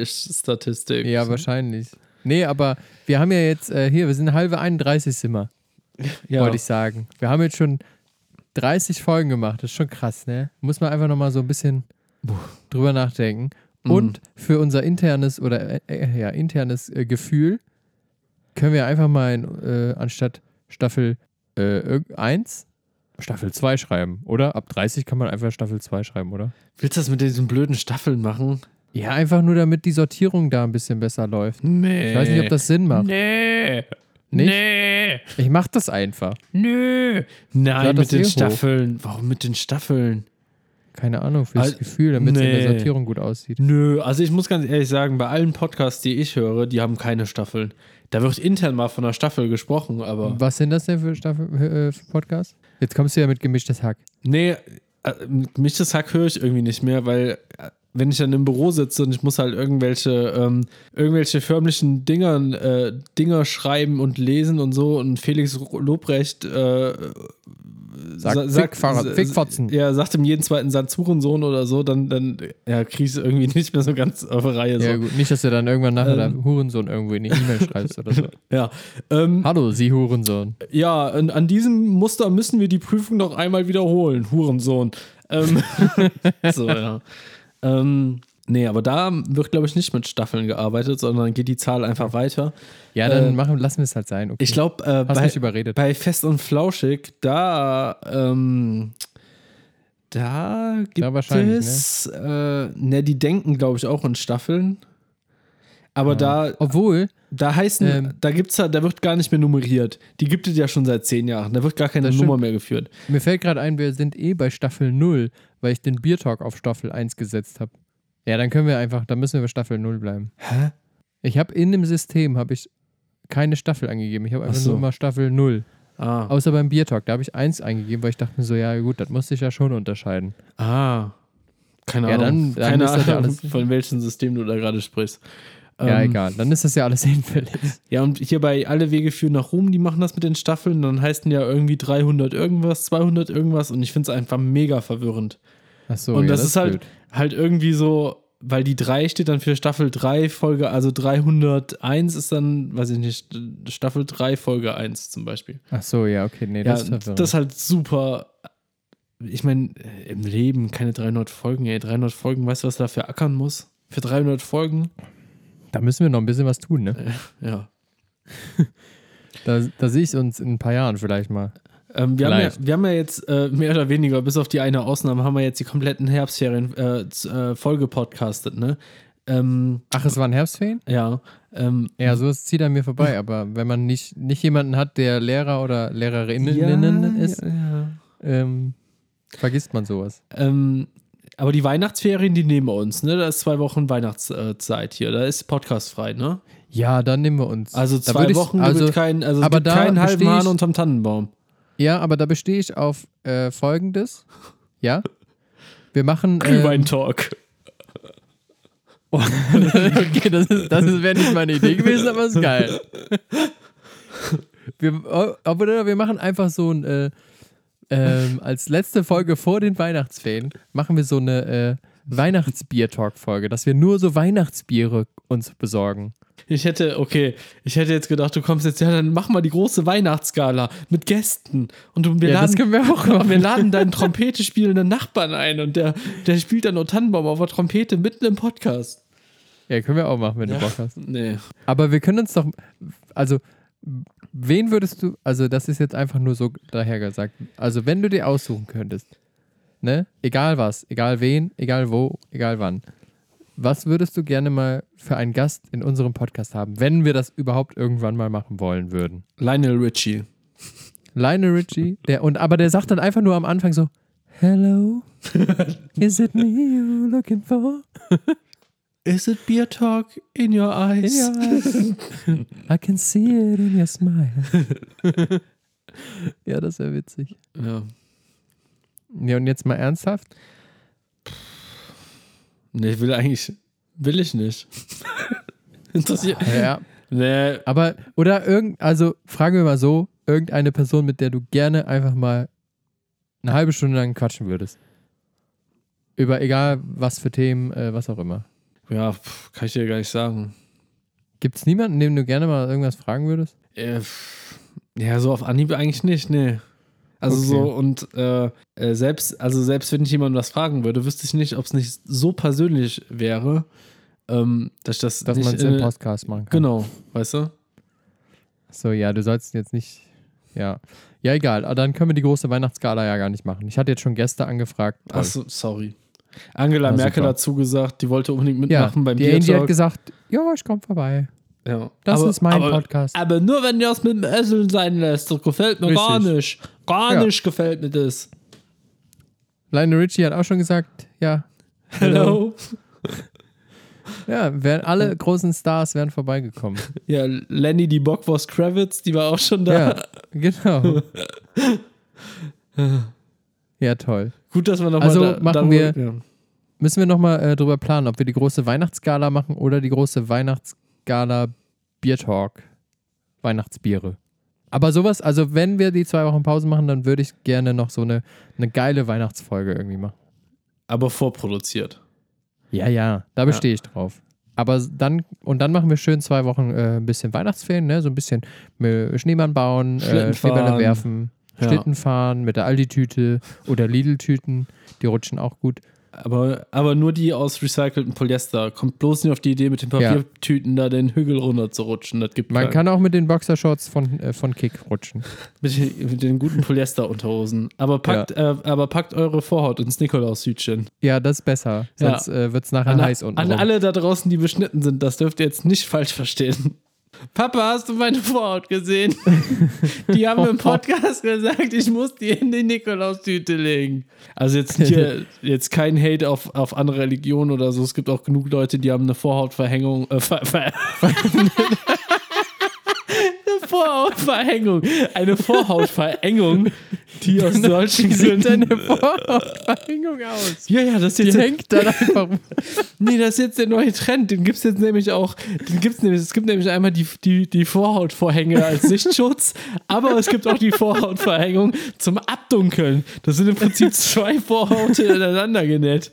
Speaker 2: Spotify-Statistik.
Speaker 3: Ja, wahrscheinlich. Nee, aber wir haben ja jetzt äh, hier, wir sind halbe 31 sind wir,
Speaker 2: ja.
Speaker 3: wollte ich sagen. Wir haben jetzt schon 30 Folgen gemacht. Das ist schon krass, ne? Muss man einfach nochmal so ein bisschen drüber nachdenken. Und für unser internes oder äh, äh, ja, internes äh, Gefühl können wir einfach mal in, äh, anstatt Staffel 1 Staffel 2 schreiben, oder? Ab 30 kann man einfach Staffel 2 schreiben, oder?
Speaker 2: Willst du das mit diesen blöden Staffeln machen?
Speaker 3: Ja, einfach nur damit die Sortierung da ein bisschen besser läuft.
Speaker 2: Nee.
Speaker 3: Ich weiß nicht, ob das Sinn macht.
Speaker 2: Nee.
Speaker 3: Nicht?
Speaker 2: Nee.
Speaker 3: Ich mach das einfach.
Speaker 2: Nö.
Speaker 3: Lad
Speaker 2: Nein,
Speaker 3: das
Speaker 2: mit den
Speaker 3: hier hoch.
Speaker 2: Staffeln. Warum mit den Staffeln?
Speaker 3: Keine Ahnung, fürs
Speaker 2: Al-
Speaker 3: Gefühl, damit es in
Speaker 2: nee.
Speaker 3: der Sortierung gut aussieht.
Speaker 2: Nö, also ich muss ganz ehrlich sagen, bei allen Podcasts, die ich höre, die haben keine Staffeln. Da wird intern mal von einer Staffel gesprochen, aber.
Speaker 3: Was sind das denn für, Staffel, äh, für Podcasts? Jetzt kommst du ja mit gemischtes Hack.
Speaker 2: Nee, äh, mich das Hack höre ich irgendwie nicht mehr, weil äh, wenn ich dann im Büro sitze und ich muss halt irgendwelche, ähm, irgendwelche förmlichen Dingern, äh, Dinger schreiben und lesen und so und Felix Ro- Lobrecht äh, sa-
Speaker 3: Sag,
Speaker 2: sagt-
Speaker 3: Fickfahrer,
Speaker 2: sa-
Speaker 3: Fickfotzen.
Speaker 2: ja, sagt ihm jeden zweiten Satz Hurensohn oder so, dann, dann ja, kriegst du irgendwie <laughs> nicht mehr so ganz auf die Reihe. So.
Speaker 3: Ja, gut, nicht, dass du dann irgendwann nachher
Speaker 2: Ähm.
Speaker 3: da Hurensohn irgendwo in die
Speaker 2: <laughs>
Speaker 3: E-Mail schreibst oder so.
Speaker 2: Ja, ähm,
Speaker 3: Hallo, Sie Hurensohn.
Speaker 2: ja an, an diesem Muster müssen wir die Prüfung noch einmal wiederholen, Hurensohn. Ähm, <laughs> so, ja. Ähm, nee, aber da wird, glaube ich, nicht mit Staffeln gearbeitet, sondern geht die Zahl einfach weiter.
Speaker 3: Ja, dann
Speaker 2: Äh,
Speaker 3: machen, lassen wir es halt sein. Okay.
Speaker 2: Ich glaube, äh,
Speaker 3: Hast
Speaker 2: bei,
Speaker 3: mich überredet.
Speaker 2: bei Fest und Flauschig, da, ähm, da gibt
Speaker 3: wahrscheinlich,
Speaker 2: es, ne? Äh, ne, die denken, glaube ich, auch in Staffeln. Aber da,
Speaker 3: Obwohl,
Speaker 2: da heißen,
Speaker 3: Ähm.
Speaker 2: da gibt's ja, da wird gar nicht mehr nummeriert. Die gibt es ja schon seit zehn Jahren. Da wird gar keine
Speaker 3: Das
Speaker 2: Nummer mehr geführt.
Speaker 3: mir fällt gerade ein, wir sind eh bei Staffel 0, weil ich den Beer Talk auf Staffel 1 gesetzt habe. Ja, dann können wir einfach, dann müssen wir bei Staffel 0 bleiben.
Speaker 2: Hä?
Speaker 3: Ich habe in dem System habe ich keine Staffel angegeben. Ich habe einfach
Speaker 2: Ach so.
Speaker 3: nur mal Staffel 0.
Speaker 2: Ah.
Speaker 3: Außer beim Beer Talk, da habe ich 1 eingegeben, weil ich dachte mir so, ja gut, das muss ich ja schon unterscheiden.
Speaker 2: Ah. Keine
Speaker 3: Ja, dann-
Speaker 2: Ahnung.
Speaker 3: dann
Speaker 2: keine
Speaker 3: ist das ja
Speaker 2: Ahnung,
Speaker 3: alles-
Speaker 2: von welchem System du da gerade sprichst.
Speaker 3: ja,
Speaker 2: Ähm,
Speaker 3: egal. Dann ist das ja alles <laughs> hinfällig.
Speaker 2: Ja, und hier bei Alle Wege führen nach Ruhm, die machen das mit den Staffeln. Dann heißen ja irgendwie 300 irgendwas, 200 irgendwas. Und ich finde es einfach mega verwirrend.
Speaker 3: Ach so,
Speaker 2: und
Speaker 3: Oh ja,
Speaker 2: das, ist halt,
Speaker 3: blöd.
Speaker 2: halt irgendwie so, weil die 3 steht dann für Staffel 3, Folge, also 301 ist dann, weiß ich nicht, Staffel 3, Folge 1 zum Beispiel.
Speaker 3: Ach so, ja, okay, nee,
Speaker 2: Ja,
Speaker 3: das ist verwirrend.
Speaker 2: das ist halt super. Ich meine, im Leben keine 300 Folgen, ey. 300 Folgen, weißt du, was du dafür ackern muss? Für 300 Folgen?
Speaker 3: da müssen wir noch ein bisschen was tun, ne?
Speaker 2: Ja.
Speaker 3: Da, da sehe ich uns in ein paar Jahren vielleicht mal.
Speaker 2: Ähm, wir, haben ja,
Speaker 3: Vielleicht.
Speaker 2: wir haben ja jetzt äh, mehr oder weniger, bis auf die eine Ausnahme, haben wir jetzt die kompletten Herbstferien äh, z- äh, voll gepodcastet, ne? Ähm,
Speaker 3: Ach, es waren Herbstferien?
Speaker 2: ja. Ähm,
Speaker 3: Ja, sowas zieht an mir vorbei, aber wenn man nicht, nicht jemanden hat, der Lehrer oder Lehrerinnen
Speaker 2: ja,
Speaker 3: ist,
Speaker 2: Ja, ja.
Speaker 3: Ähm, vergisst man sowas.
Speaker 2: Ähm, aber die Weihnachtsferien, die nehmen wir uns, ne? Da ist zwei Wochen Weihnachtszeit hier. Da ist Podcast frei, ne?
Speaker 3: Ja, dann nehmen wir uns.
Speaker 2: Also
Speaker 3: Da
Speaker 2: zwei
Speaker 3: würd ich-
Speaker 2: Wochen gibt
Speaker 3: also,
Speaker 2: kein, also es
Speaker 3: aber
Speaker 2: gibt
Speaker 3: da
Speaker 2: keinen halben
Speaker 3: besteh
Speaker 2: Hahn
Speaker 3: ich-
Speaker 2: unterm Tannenbaum.
Speaker 3: Ja, aber da bestehe ich auf äh, folgendes. Ja. Wir machen. Ähm,
Speaker 2: Glühwein-Talk.
Speaker 3: <laughs> okay, das, ist, das ist- wäre nicht meine Idee gewesen, aber ist
Speaker 2: <laughs>
Speaker 3: geil. Wir, oh, aber wir machen einfach so ein. Äh, ähm, als letzte Folge vor den Weihnachtsferien machen wir so eine äh, Weihnachtsbier-Talk-Folge, dass wir nur so Weihnachtsbiere uns besorgen.
Speaker 2: Ich hätte, okay, ich hätte jetzt gedacht, du kommst jetzt, ja, dann mach mal die große Weihnachtsgala mit Gästen. Und du, wir,
Speaker 3: ja, das
Speaker 2: laden,
Speaker 3: können wir
Speaker 2: <laughs>
Speaker 3: auch
Speaker 2: und
Speaker 3: machen.
Speaker 2: wir laden deinen Trompete spielenden Nachbarn ein und der, der spielt dann nur Tannenbaum auf der Trompete mitten im Podcast.
Speaker 3: Ja, können wir auch machen, wenn du Bock hast.
Speaker 2: Nee.
Speaker 3: Aber wir können uns doch, also wen würdest du, also das ist jetzt einfach nur so daher gesagt, also wenn du dir aussuchen könntest, ne, egal was, egal wen, egal wo, egal wann, was würdest du gerne mal für einen Gast in unserem Podcast haben, wenn wir das überhaupt irgendwann mal machen wollen würden?
Speaker 2: Lionel Richie.
Speaker 3: Lionel Richie, der und aber der sagt dann einfach nur am Anfang so, Hello, is it me you looking for?
Speaker 2: Is it beer talk in your eyes?
Speaker 3: In your eyes. <laughs> I can see it in your smile. <laughs> ja, das wäre witzig.
Speaker 2: Ja.
Speaker 3: Ja, und jetzt mal ernsthaft.
Speaker 2: Nee, ich will eigentlich. Will ich <laughs> nicht. Interessiert.
Speaker 3: Ja,
Speaker 2: Nee.
Speaker 3: aber, oder irgend, also fragen wir mal so, irgendeine Person, mit der du gerne einfach mal eine halbe Stunde lang quatschen würdest. Über egal was für Themen, äh, was auch immer.
Speaker 2: Ja, pf, kann ich dir gar nicht sagen.
Speaker 3: Gibt es niemanden, dem du gerne mal irgendwas fragen würdest?
Speaker 2: Äh, pf, ja, so auf Anhieb eigentlich nicht, nee. Also
Speaker 3: Okay.
Speaker 2: so und äh, äh, selbst, also selbst wenn ich jemandem was fragen würde, wüsste ich nicht, ob es nicht so persönlich wäre, ähm, dass ich das
Speaker 3: Dass
Speaker 2: nicht
Speaker 3: man es im
Speaker 2: in-
Speaker 3: Podcast machen kann.
Speaker 2: Genau, weißt du?
Speaker 3: So, ja, du sollst jetzt nicht. Ja. Ja, egal. Aber Dann können wir die große Weihnachtsgala ja gar nicht machen. Ich hatte jetzt schon Gäste angefragt. Toll.
Speaker 2: Achso, sorry. Angela
Speaker 3: Na,
Speaker 2: Merkel
Speaker 3: super.
Speaker 2: hat zugesagt, die wollte unbedingt mitmachen beim
Speaker 3: die Angie hat
Speaker 2: Biertalk.
Speaker 3: gesagt, ja, ich komme vorbei.
Speaker 2: Ja.
Speaker 3: Das
Speaker 2: aber,
Speaker 3: ist mein
Speaker 2: aber,
Speaker 3: Podcast.
Speaker 2: Aber nur wenn ihr es mit dem Esseln sein lässt, das gefällt mir gar
Speaker 3: Richtig.
Speaker 2: nicht. Gar
Speaker 3: Ja.
Speaker 2: nicht gefällt mir das.
Speaker 3: Lionel Richie hat auch schon gesagt, ja,
Speaker 2: Hello.
Speaker 3: ja, wären alle großen Stars wären vorbeigekommen.
Speaker 2: Ja, Lenny die Bockwurst Kravitz, die war auch schon da.
Speaker 3: ja, genau. ja, toll.
Speaker 2: Gut, dass wir nochmal
Speaker 3: Also
Speaker 2: da,
Speaker 3: machen wir-
Speaker 2: darüber- Ja.
Speaker 3: Müssen wir nochmal äh, drüber planen, ob wir die große Weihnachtsgala machen oder die große Weihnachtsgala Biertalk. Weihnachtsbiere. Aber sowas, also wenn wir die zwei Wochen Pause machen, dann würde ich gerne noch so eine, eine geile Weihnachtsfolge irgendwie machen.
Speaker 2: Aber vorproduziert.
Speaker 3: Ja, ja, da bestehe ich drauf. Aber s- dann, und dann machen wir schön zwei Wochen äh, ein bisschen Weihnachtsferien, ne? so ein bisschen äh, Schneemann bauen,
Speaker 2: Schlitten
Speaker 3: äh, Schneebälle
Speaker 2: fahren.
Speaker 3: werfen,
Speaker 2: Ja.
Speaker 3: Schlitten fahren mit der Aldi-Tüte oder Lidl-Tüten, die rutschen auch gut.
Speaker 2: Aber, aber nur die aus recyceltem Polyester. Kommt bloß nicht auf die Idee, mit den Papiertüten da den Hügel runterzurutschen. Das gibt
Speaker 3: Man
Speaker 2: keinen.
Speaker 3: kann auch mit den Boxershorts von, äh, von Kick rutschen.
Speaker 2: mit, den- mit den guten Polyesterunterhosen. Aber packt, äh, aber packt eure Vorhaut ins Nikolaushütchen.
Speaker 3: Ja, das ist besser.
Speaker 2: Ja.
Speaker 3: Sonst äh, wird es nachher
Speaker 2: An,
Speaker 3: heiß unten.
Speaker 2: an
Speaker 3: rum.
Speaker 2: alle da draußen, die beschnitten sind, das dürft ihr jetzt nicht falsch verstehen. Papa, hast du meine Vorhaut
Speaker 3: <laughs>
Speaker 2: gesehen? Die haben im Podcast gesagt, ich muss die in die Nikolaustüte legen. Also jetzt
Speaker 3: <laughs>
Speaker 2: hier jetzt kein Hate auf, auf andere Religionen oder so. Es gibt auch genug Leute, die haben eine Vorhautverhängung. Äh, ver, ver, <laughs> eine Vorhautverhängung. Eine Vorhautverengung, die
Speaker 3: <laughs>
Speaker 2: aus solchen
Speaker 3: Sieht
Speaker 2: Gründen.
Speaker 3: deine Vorhängung aus.
Speaker 2: Ja, ja, das ist
Speaker 3: Die
Speaker 2: jetzt
Speaker 3: hängt dann einfach. <laughs>
Speaker 2: Nee, das ist jetzt der neue Trend. Den gibt es jetzt nämlich auch. Den gibt's nämlich, es gibt nämlich einmal die, die, die Vorhautvorhänge als Sichtschutz, aber es gibt auch die Vorhautverhängung zum Abdunkeln. Das sind im Prinzip zwei Vorhaute ineinander genäht.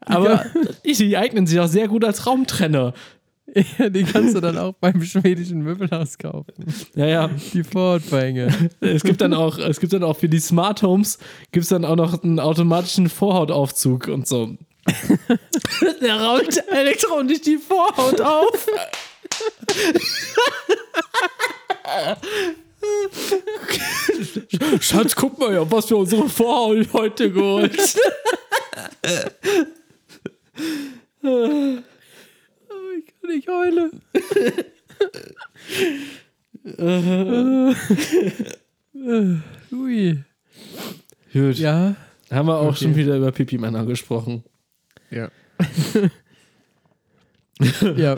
Speaker 2: Aber die eignen sich auch sehr gut als Raumtrenner.
Speaker 3: Ja, die kannst du dann auch beim schwedischen Möbelhaus kaufen.
Speaker 2: Ja, ja.
Speaker 3: Die Vorhautverhänge.
Speaker 2: Es gibt dann auch, es gibt dann auch für die Smart Homes gibt es dann auch noch einen automatischen Vorhautaufzug und so. <laughs> Der raumt elektronisch die Vorhaut auf. <laughs> Schatz, guck mal ja, was wir unsere Vorhaut heute geholt.
Speaker 3: Oh, Ich kann nicht heulen. <laughs> Ui.
Speaker 2: Gut,
Speaker 3: Ja.
Speaker 2: haben wir auch
Speaker 3: Okay.
Speaker 2: schon wieder über Pipi-Männer gesprochen.
Speaker 3: Ja. <laughs> ja.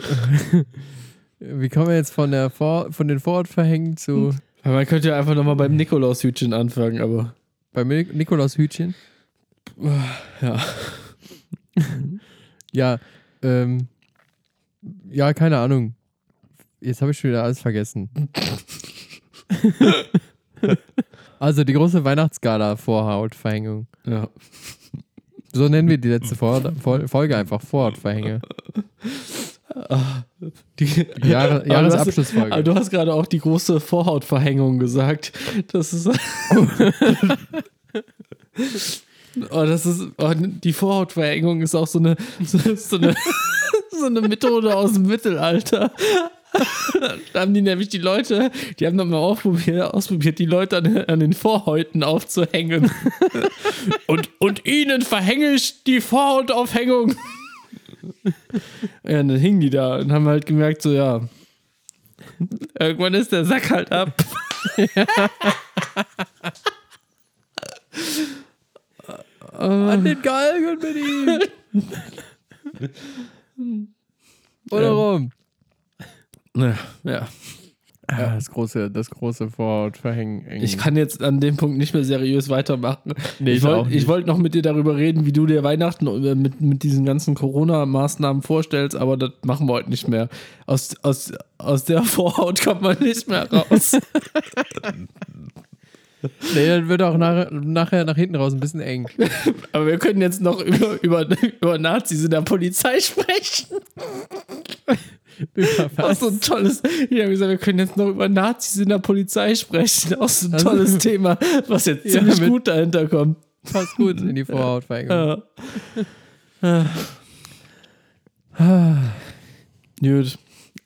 Speaker 3: Wie kommen wir jetzt von, der Vor von den Vorhautverhängen zu
Speaker 2: Aber man könnte ja einfach nochmal beim Nikolaushütchen anfangen, aber
Speaker 3: beim Nik- Nikolaus Hütchen?
Speaker 2: ja.
Speaker 3: Ja, ähm, ja, keine Ahnung. Jetzt habe ich schon wieder alles <laughs> vergessen. also die große Weihnachtsgala Vorhautverhängung.
Speaker 2: ja.
Speaker 3: So nennen wir die letzte Vor Vol- Folge einfach Vorhautverhänge. Jahre
Speaker 2: Die, Aber du hast- Aber
Speaker 3: Jahresabschlussfolge.
Speaker 2: du hast gerade auch die große Vorhautverhängung gesagt. Das ist. <laughs> oh, das ist. Oh, die Vorhautverhängung ist auch so eine, so, so eine, <laughs> so eine Methode aus dem Mittelalter. Da haben die nämlich die Leute, die haben dann mal ausprobiert, ausprobiert die Leute an, an den Vorhäuten aufzuhängen. Und, und ihnen verhänge ich die Vorhautaufhängung. Ja, und dann hingen die da und haben halt gemerkt, so, ja, Irgendwann ist der Sack halt ab.
Speaker 3: An den Galgen mit ihm. <laughs> Oder rum.
Speaker 2: Ja, Ne, ja.
Speaker 3: Ja, ah, das große, das große Vorhautverhängen.
Speaker 2: Ich kann jetzt an dem Punkt nicht mehr seriös weitermachen.
Speaker 3: Nee,
Speaker 2: ich
Speaker 3: ich auch
Speaker 2: wollte
Speaker 3: nicht.
Speaker 2: ich wollt noch mit dir darüber reden, wie du dir Weihnachten äh, mit, mit diesen ganzen Corona-Maßnahmen vorstellst, aber das machen wir heute nicht mehr. Aus, aus, aus der <laughs> Vorhaut kommt man nicht mehr <laughs> raus.
Speaker 3: Nee, dann wird auch nach, nachher nach hinten raus ein bisschen <laughs> eng.
Speaker 2: aber wir können jetzt noch über, über, über Nazis in der Polizei sprechen. Auch so ein tolles. Ich habe gesagt, wir können jetzt noch über Nazis in der Polizei sprechen. Auch so ein
Speaker 3: Also-
Speaker 2: tolles Thema, was jetzt
Speaker 3: Ja,
Speaker 2: ziemlich
Speaker 3: mit-
Speaker 2: gut dahinter kommt.
Speaker 3: Passt gut in
Speaker 2: <laughs>
Speaker 3: die Vorhautverhängung.
Speaker 2: Ja. Gut.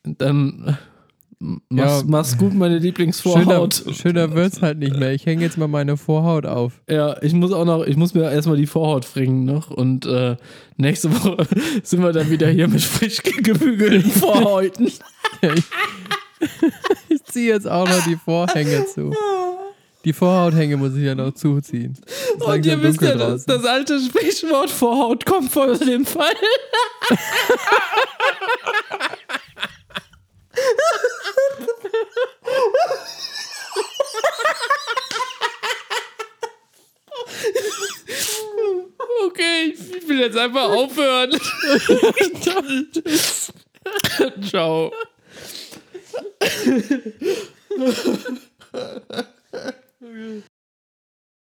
Speaker 2: Dann äh, mach's,
Speaker 3: Ja.
Speaker 2: mach's gut, meine
Speaker 3: Schöner,
Speaker 2: Lieblingsvorhaut.
Speaker 3: schöner wird's halt nicht mehr. Ich hänge jetzt mal meine Vorhaut auf.
Speaker 2: Ja, ich muss auch noch, ich muss mir erstmal die Vorhaut fringen noch und äh, nächste Woche <laughs> sind wir dann wieder hier mit frisch <laughs> gebügelten Vorhäuten.
Speaker 3: Ich ziehe jetzt auch noch die Vorhänge
Speaker 2: <laughs>
Speaker 3: zu. Die Vorhauthänge muss ich ja noch zuziehen. Es ist
Speaker 2: Und ihr
Speaker 3: langsam
Speaker 2: wisst ja,
Speaker 3: dunkel
Speaker 2: das,
Speaker 3: draußen.
Speaker 2: das alte Sprichwort Vorhaut kommt von dem Fall. Okay, ich will jetzt
Speaker 3: <laughs>
Speaker 2: einfach aufhören. <laughs> Ciao.